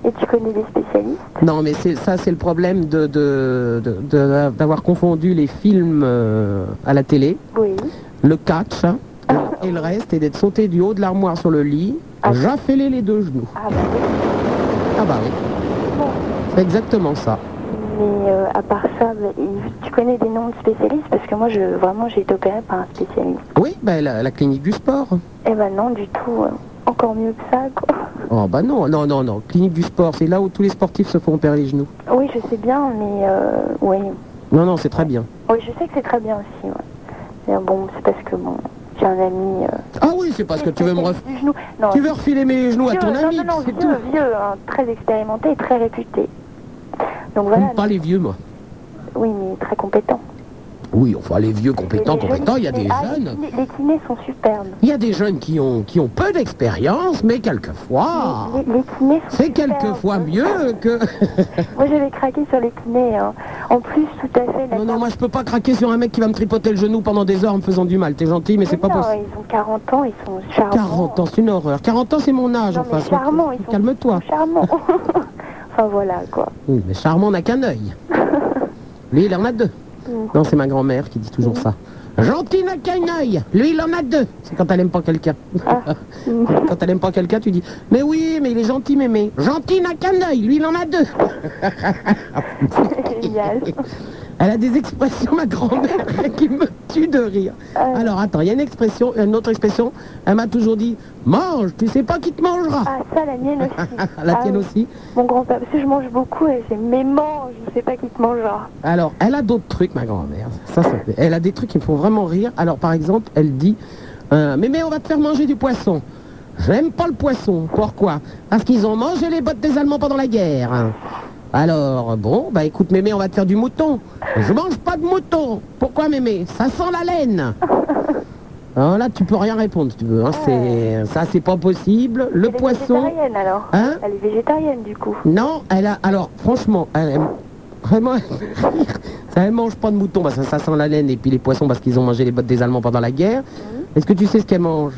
Speaker 4: Et tu connais des spécialistes
Speaker 2: Non, mais c'est, ça, c'est le problème de, de- de- de- d'avoir confondu les films euh, à la télé,
Speaker 4: Oui.
Speaker 2: le catch hein, et, et le reste, et d'être sauté du haut de l'armoire sur le lit, raffaler les deux genoux.
Speaker 4: Ah bah oui.
Speaker 2: Ah bah oui. C'est exactement ça.
Speaker 4: Mais euh, à part ça, bah, il- tu connais des noms de spécialistes Parce que moi, je, vraiment, j'ai été opérée par un spécialiste.
Speaker 2: Oui, ben la, la clinique du sport.
Speaker 4: Eh ben non, du tout. euh, Encore mieux que ça, quoi.
Speaker 2: Oh bah non, non, non, non. Clinique du sport, c'est là où tous les sportifs se font opérer les genoux.
Speaker 4: Oui, je sais bien, mais euh, oui.
Speaker 2: Non, non, c'est très bien.
Speaker 4: Oui, je sais que c'est très bien aussi, ouais. Mais euh, bon, c'est parce que bon, j'ai un ami. euh,
Speaker 2: Ah oui, c'est parce que tu veux me ref...
Speaker 4: du genou. Non,
Speaker 2: Tu veux refiler mes genoux à
Speaker 4: vieux,
Speaker 2: ton
Speaker 4: non,
Speaker 2: ami,
Speaker 4: Non, non,
Speaker 2: c'est
Speaker 4: vieux, vieux, hein, très expérimenté et très réputé. Donc voilà,
Speaker 2: Pas les vieux, moi.
Speaker 4: oui, mais très compétent.
Speaker 2: Oui, enfin, les vieux compétents,
Speaker 4: Les jeunes
Speaker 2: compétents, il y a
Speaker 4: kinés-
Speaker 2: des
Speaker 4: ah, les
Speaker 2: jeunes.
Speaker 4: kinés- Les kinés sont superbes.
Speaker 2: Il y a des jeunes qui ont, qui ont peu d'expérience, mais quelquefois...
Speaker 4: Les, les kinés sont hein.
Speaker 2: C'est quelquefois mieux que...
Speaker 4: Moi, j'avais craqué sur les kinés. hein. En plus, tout à fait, la
Speaker 2: non, non, moi, je peux pas craquer sur un mec qui va me tripoter le genou pendant des heures en me faisant du mal. T'es gentil, mais c'est pas
Speaker 4: Non,
Speaker 2: possible.
Speaker 4: ils ont 40 ans, ils sont charmants.
Speaker 2: 40 ans, c'est une horreur. 40 ans, c'est mon âge,
Speaker 4: Non, mais
Speaker 2: enfin. sois-
Speaker 4: charmants, ils sont
Speaker 2: Calme-toi.
Speaker 4: charmants. enfin, voilà, quoi.
Speaker 2: Oui, mais Charmant n'a qu'un œil. Lui, il en a deux. Non, c'est ma grand-mère qui dit toujours ça. Gentil n'a qu'un œil. Lui, il en a deux. C'est quand elle aime pas quelqu'un.
Speaker 4: Ah.
Speaker 2: quand elle aime pas quelqu'un, tu dis Mais oui, mais il est gentil, mémé. Gentil n'a qu'un œil. Lui, il en a deux.
Speaker 4: Génial.
Speaker 2: Elle a des expressions, ma grand-mère, qui me tue de rire.
Speaker 4: Ah.
Speaker 2: Alors, attends, il y a une expression, une autre expression. Elle m'a toujours dit Mange, tu sais pas qui te mangera.
Speaker 4: Ah, ça, la mienne aussi.
Speaker 2: La
Speaker 4: Ah
Speaker 2: tienne
Speaker 4: oui.
Speaker 2: aussi.
Speaker 4: Mon grand-père, parce que je mange beaucoup et c'est mais mange, hein. je sais pas qui te mangera.
Speaker 2: Alors, elle a d'autres trucs, ma grand-mère. Ça, ça fait- Elle a des trucs qui me font vraiment rire. Alors, par exemple, elle dit euh, Mémé, on va te faire manger du poisson. J'aime pas le poisson. Pourquoi Parce qu'ils ont mangé les bottes des Allemands pendant la guerre. Alors, bon, bah écoute, mémé, on va te faire du mouton. Je mange pas de mouton. Pourquoi, mémé Ça sent la laine. Alors là, tu peux rien répondre, si tu veux. hein. C'est- Ça, c'est pas possible. Le
Speaker 4: Elle est
Speaker 2: poisson.
Speaker 4: végétarienne alors
Speaker 2: Hein
Speaker 4: Elle est végétarienne du coup.
Speaker 2: Non, elle a. Alors, franchement, elle aime. Vraiment, elle fait rire. ça, elle mange pas de mouton parce que ça sent la laine et puis les poissons parce qu'ils ont mangé les bottes des Allemands pendant la guerre. Est-ce que tu sais ce qu'elle mange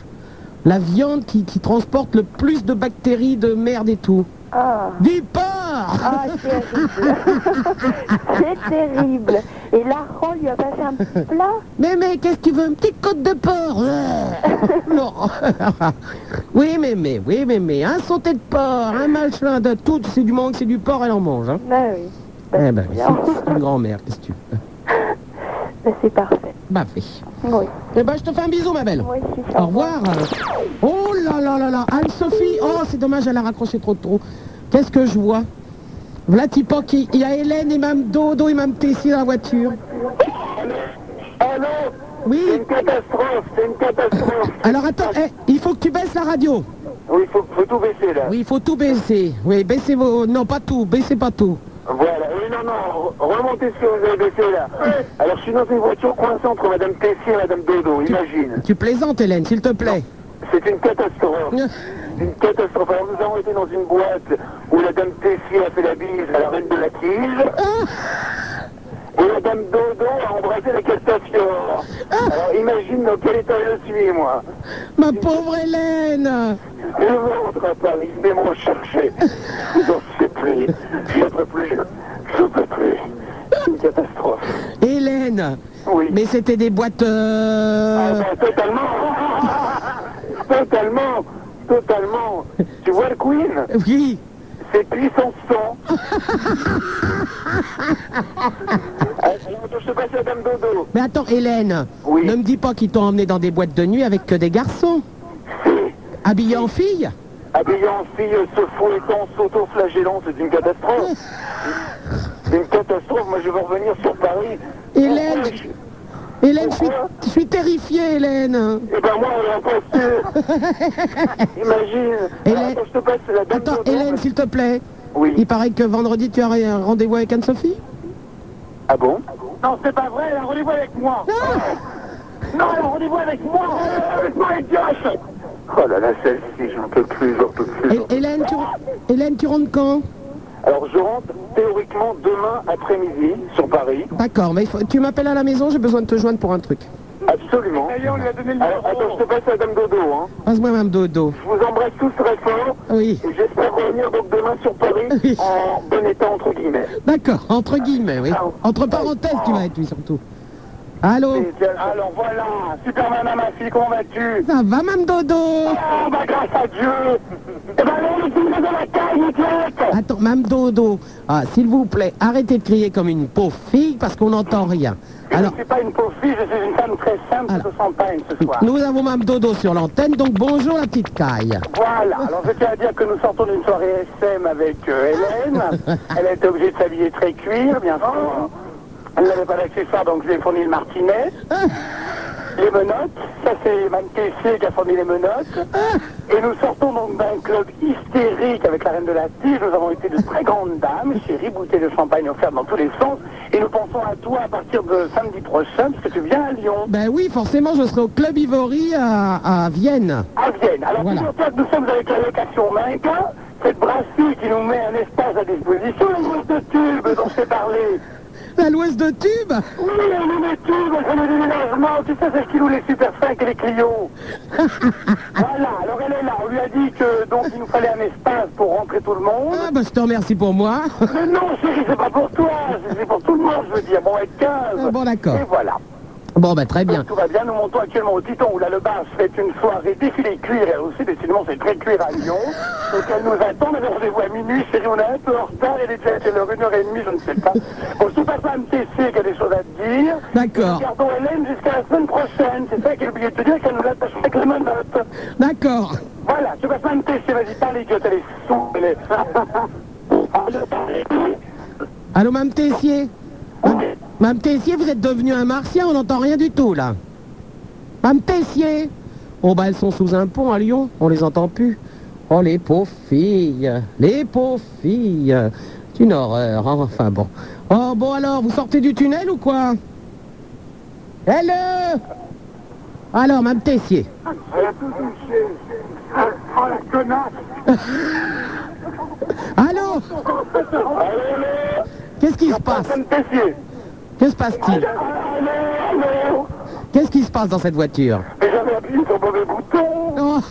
Speaker 2: La viande qui, qui transporte le plus de bactéries, de merde et tout.
Speaker 4: Ah.
Speaker 2: Du porc
Speaker 4: Ah, c'est horrible. c'est terrible. Et Laurent lui a passé un petit plat.
Speaker 2: Mais mais qu'est-ce que tu veux Une petite côte de porc ouais. L'horreur. Oui mais mais, oui mais mais, un sauté de porc, un machin de tout, c'est du moment que c'est du porc, elle en mange. Hein.
Speaker 4: Bah oui,
Speaker 2: eh ben, c'est c'est une grand-mère, qu'est-ce que tu veux
Speaker 4: bah, c'est parfait.
Speaker 2: Bah oui.
Speaker 4: Oui.
Speaker 2: Eh ben, je te fais un bisou, ma belle.
Speaker 4: Moi aussi, ça
Speaker 2: Au revoir. Oh là là là là, Anne-Sophie. Oh, c'est dommage, elle a raccroché trop tôt. Qu'est-ce que je vois Voilà, Tipan, qui- il y a Hélène et même Dodo et même Tessie dans la voiture.
Speaker 20: Allô
Speaker 2: Oui
Speaker 20: C'est une catastrophe, c'est une catastrophe.
Speaker 2: Alors attends, eh, il faut que tu baisses la radio.
Speaker 20: Oui, il faut, faut tout baisser là.
Speaker 2: Oui, il faut tout baisser. Oui, baissez vos... Non, pas tout, baissez pas tout.
Speaker 20: Voilà, oui, non, non, re- remontez ce que vous avez baissé là. Alors, je suis dans une voiture coincée entre Madame Tessier et Madame Dodo, imagine.
Speaker 2: Tu plaisantes, Hélène, s'il te plaît.
Speaker 20: C'est une catastrophe. Une catastrophe. Alors, nous avons été dans une boîte où la Dame Tessier a fait la bise à la reine de la tige.
Speaker 2: Ah.
Speaker 20: Et la Dame Dodo a embrassé la castafiore. Alors, imagine dans quel état je suis, moi.
Speaker 2: Ah. Ma pauvre Hélène
Speaker 20: Je rentre à Paris, mais m'en chercher. J'en sais plus. J'en peux plus. J'en peux plus. C'est une catastrophe.
Speaker 2: Hélène Oui. Mais c'était des boîtes...
Speaker 20: Ah,
Speaker 2: euh,
Speaker 20: ben, Totalement, totalement. Tu vois le Queen
Speaker 2: Oui.
Speaker 20: C'est puissance 100.
Speaker 2: Mais attends, Hélène, ne me dis pas qu'ils t'ont emmené dans des boîtes de nuit avec que des garçons. Habillés en fille
Speaker 20: Habillé en fille, se fouettant, s'auto-flagellant, c'est une catastrophe. C'est une catastrophe. Moi, je vais revenir sur Paris.
Speaker 2: Hélène, Hélène, je suis, je suis terrifiée, Hélène.
Speaker 20: Eh ben, moi, on est encore sûr. Imagine. Ah,
Speaker 2: Hélène-
Speaker 20: Attends, je te passe la dame
Speaker 2: Attends,
Speaker 20: Dodo.
Speaker 2: Hélène, s'il te plaît. Il paraît que vendredi, tu as un rendez-vous avec Anne-Sophie
Speaker 20: Ah bon
Speaker 4: Non, c'est pas vrai, elle a un rendez-vous avec moi.
Speaker 2: Ah
Speaker 4: Non, elle a un rendez-vous avec moi. Ah, Avec moi, idiote.
Speaker 20: Oh là là, celle-ci, j'en peux plus, j'en peux plus.
Speaker 2: Hé- Hélène, tu, Hélène, tu rentres quand
Speaker 20: Alors, je rentre théoriquement demain après-midi sur Paris.
Speaker 2: D'accord, mais il faut- tu m'appelles à la maison, j'ai besoin de te joindre pour un truc.
Speaker 20: Absolument. Alors, attends, je te passe la dame Dodo. Hein.
Speaker 2: Passe-moi même dodo.
Speaker 20: Je vous embrasse tous très fort.
Speaker 2: Oui.
Speaker 20: Et j'espère revenir donc demain sur Paris en bon état, entre guillemets.
Speaker 2: D'accord, entre guillemets, oui. Entre parenthèses, tu vas être, oui, surtout. Allô
Speaker 20: Et tiens, Alors voilà, Superman à ma fille, comment vas-tu
Speaker 2: Ça va, même dodo
Speaker 4: Oh
Speaker 20: Ah bah grâce à Dieu Eh ben non, le tigre de la caille, idiote
Speaker 2: Attends, Mme Dodo, ah, s'il vous plaît, arrêtez de crier comme une pauvre fille parce qu'on n'entend rien. Alors,
Speaker 20: Je suis pas une pauvre fille, je suis une femme très simple, se sens pas une ce soir.
Speaker 2: nous avons Mme Dodo sur l'antenne, donc bonjour la petite caille.
Speaker 20: Voilà, alors je tiens à dire que nous sortons d'une soirée SM avec euh, Hélène. Elle a été obligée de s'habiller très cuir, bien sûr. Elle n'avait pas d'accessoire, donc je lui ai fourni le martinet. Les menottes, ça c'est Mme Tessier qui a fourni les menottes. Et nous sortons donc d'un club hystérique avec la reine de la tige. Nous avons été de très grandes dames, chérie, bouteille de champagne offerte dans tous les sens. Et nous pensons à toi à partir de samedi prochain, parce que tu viens à Lyon.
Speaker 2: Ben oui, forcément, je serai au Club Ivory à, à Vienne.
Speaker 20: à Vienne. Alors, figure-toi que nous sommes avec la location Minca, cette brasserie qui nous met un espace à disposition, la grosse de tube dont je t'ai parlé.
Speaker 2: La l'ouest de tube
Speaker 20: Oui, elle nous met tube, elle fait le déménagement, tu sais, celle qui loue les Super 5 et les Clio. voilà, alors elle est là, on lui a dit que donc il nous fallait un espace pour rentrer tout le monde.
Speaker 2: Ah, ben je te remercie pour moi.
Speaker 20: Mais non, chérie, c'est pas pour toi, c'est pour tout le monde, je veux dire, bon, être 15.
Speaker 2: Ah, bon, d'accord.
Speaker 20: Et voilà.
Speaker 2: Bon, ben très bien.
Speaker 20: Tout va bien, nous montons actuellement au Titan où la Lebasse fait une soirée défilé cuir et aussi décidément c'est très cuir à Lyon. Donc elle nous attend, elle a rendez-vous à minuit, chérie, on est un peu en retard, elle est déjà à quelle heure, une heure et demie, je ne sais pas. Bon, je te passe à un TC qui a des choses à te dire.
Speaker 2: D'accord.
Speaker 20: Gardons Hélène jusqu'à la semaine prochaine, c'est ça qu'elle a oublié de te dire, qu'elle nous l'attache avec la menotte.
Speaker 2: D'accord.
Speaker 20: Voilà, je te passe à un TC, vas-y, parle idiote, elle est sous, elle est... Ah,
Speaker 2: Allô, Mme Tessier Mme Tessier, vous êtes devenue un martien, on n'entend rien du tout, là. Mme Tessier Oh, bah, elles sont sous un pont à Lyon, on les entend plus. Oh, les pauvres filles, les pauvres filles. C'est une horreur, hein, enfin bon. Oh, bon alors, vous sortez du tunnel ou quoi Hello Alors, Mme Tessier. Allô Qu'est-ce qui se passe Que se passe-t-il Qu'est-ce qui se passe dans cette voiture
Speaker 20: Mais j'avais appuyé sur le mauvais bouton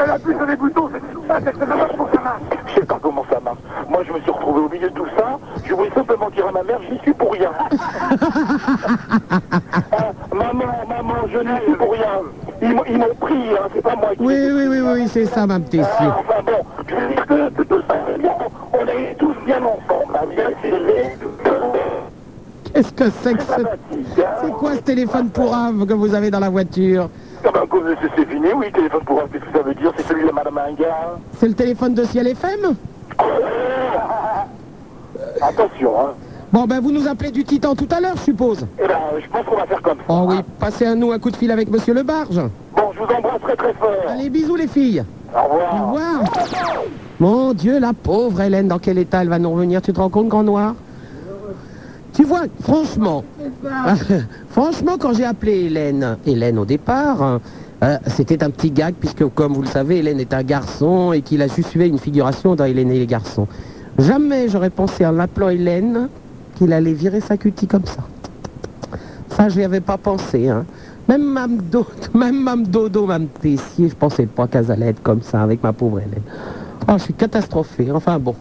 Speaker 20: Elle appuie sur les boutons, c'est ça, c'est ça, pour que ça marche Je sais pas comment ça marche. Moi, je me suis retrouvé au milieu de tout ça. Je voulais simplement dire à ma mère, j'y suis pour rien. Ah, maman, maman, je n'y suis pour rien. Ils, m'ont- ils m'ont pris, hein, c'est pas moi qui...
Speaker 2: Oui, oui, oui, oui, c'est ça, Mme Tessier.
Speaker 20: Ah, enfin bon, je veux dire que, que tout ça, c'est bien. on est tous bien ensemble, hein, bien serrés.
Speaker 2: Qu'est-ce que c'est que ce... C'est quoi ce téléphone pour ave que vous avez dans la voiture
Speaker 20: Ah ben, comme c'est- c'est fini, oui, téléphone pour un, qu'est-ce que ça veut dire C'est celui de Madame Ingard.
Speaker 2: C'est le téléphone de Ciel FM
Speaker 20: Attention, hein.
Speaker 2: Bon, ben vous nous appelez du Titan tout à l'heure, je suppose.
Speaker 20: Eh ben, je pense qu'on va faire comme ça.
Speaker 2: Oh oui, passez à nous un coup de fil avec Monsieur Lebarge.
Speaker 20: Bon, je vous embrasse très très fort.
Speaker 2: Allez, bisous les filles.
Speaker 20: Au revoir.
Speaker 2: Au revoir. Mon Dieu, la pauvre Hélène, dans quel état elle va nous revenir Tu te rends compte, Grand Noir Tu vois, franchement, Ah,
Speaker 9: Ah.
Speaker 2: franchement, quand j'ai appelé Hélène, Hélène au départ, euh, c'était un petit gag, puisque comme vous le savez, Hélène est un garçon et qu'il a juste fait une figuration dans Hélène et les garçons. Jamais j'aurais pensé en l'appelant Hélène qu'il allait virer sa cutie comme ça. Ça, je n'y avais pas pensé. hein. Même Mme Dodo, même Mme Dodo, Mme Tessier, je pensais pas qu'elle allait être comme ça avec ma pauvre Hélène. Oh, je suis Ah, catastrophée. Enfin bon.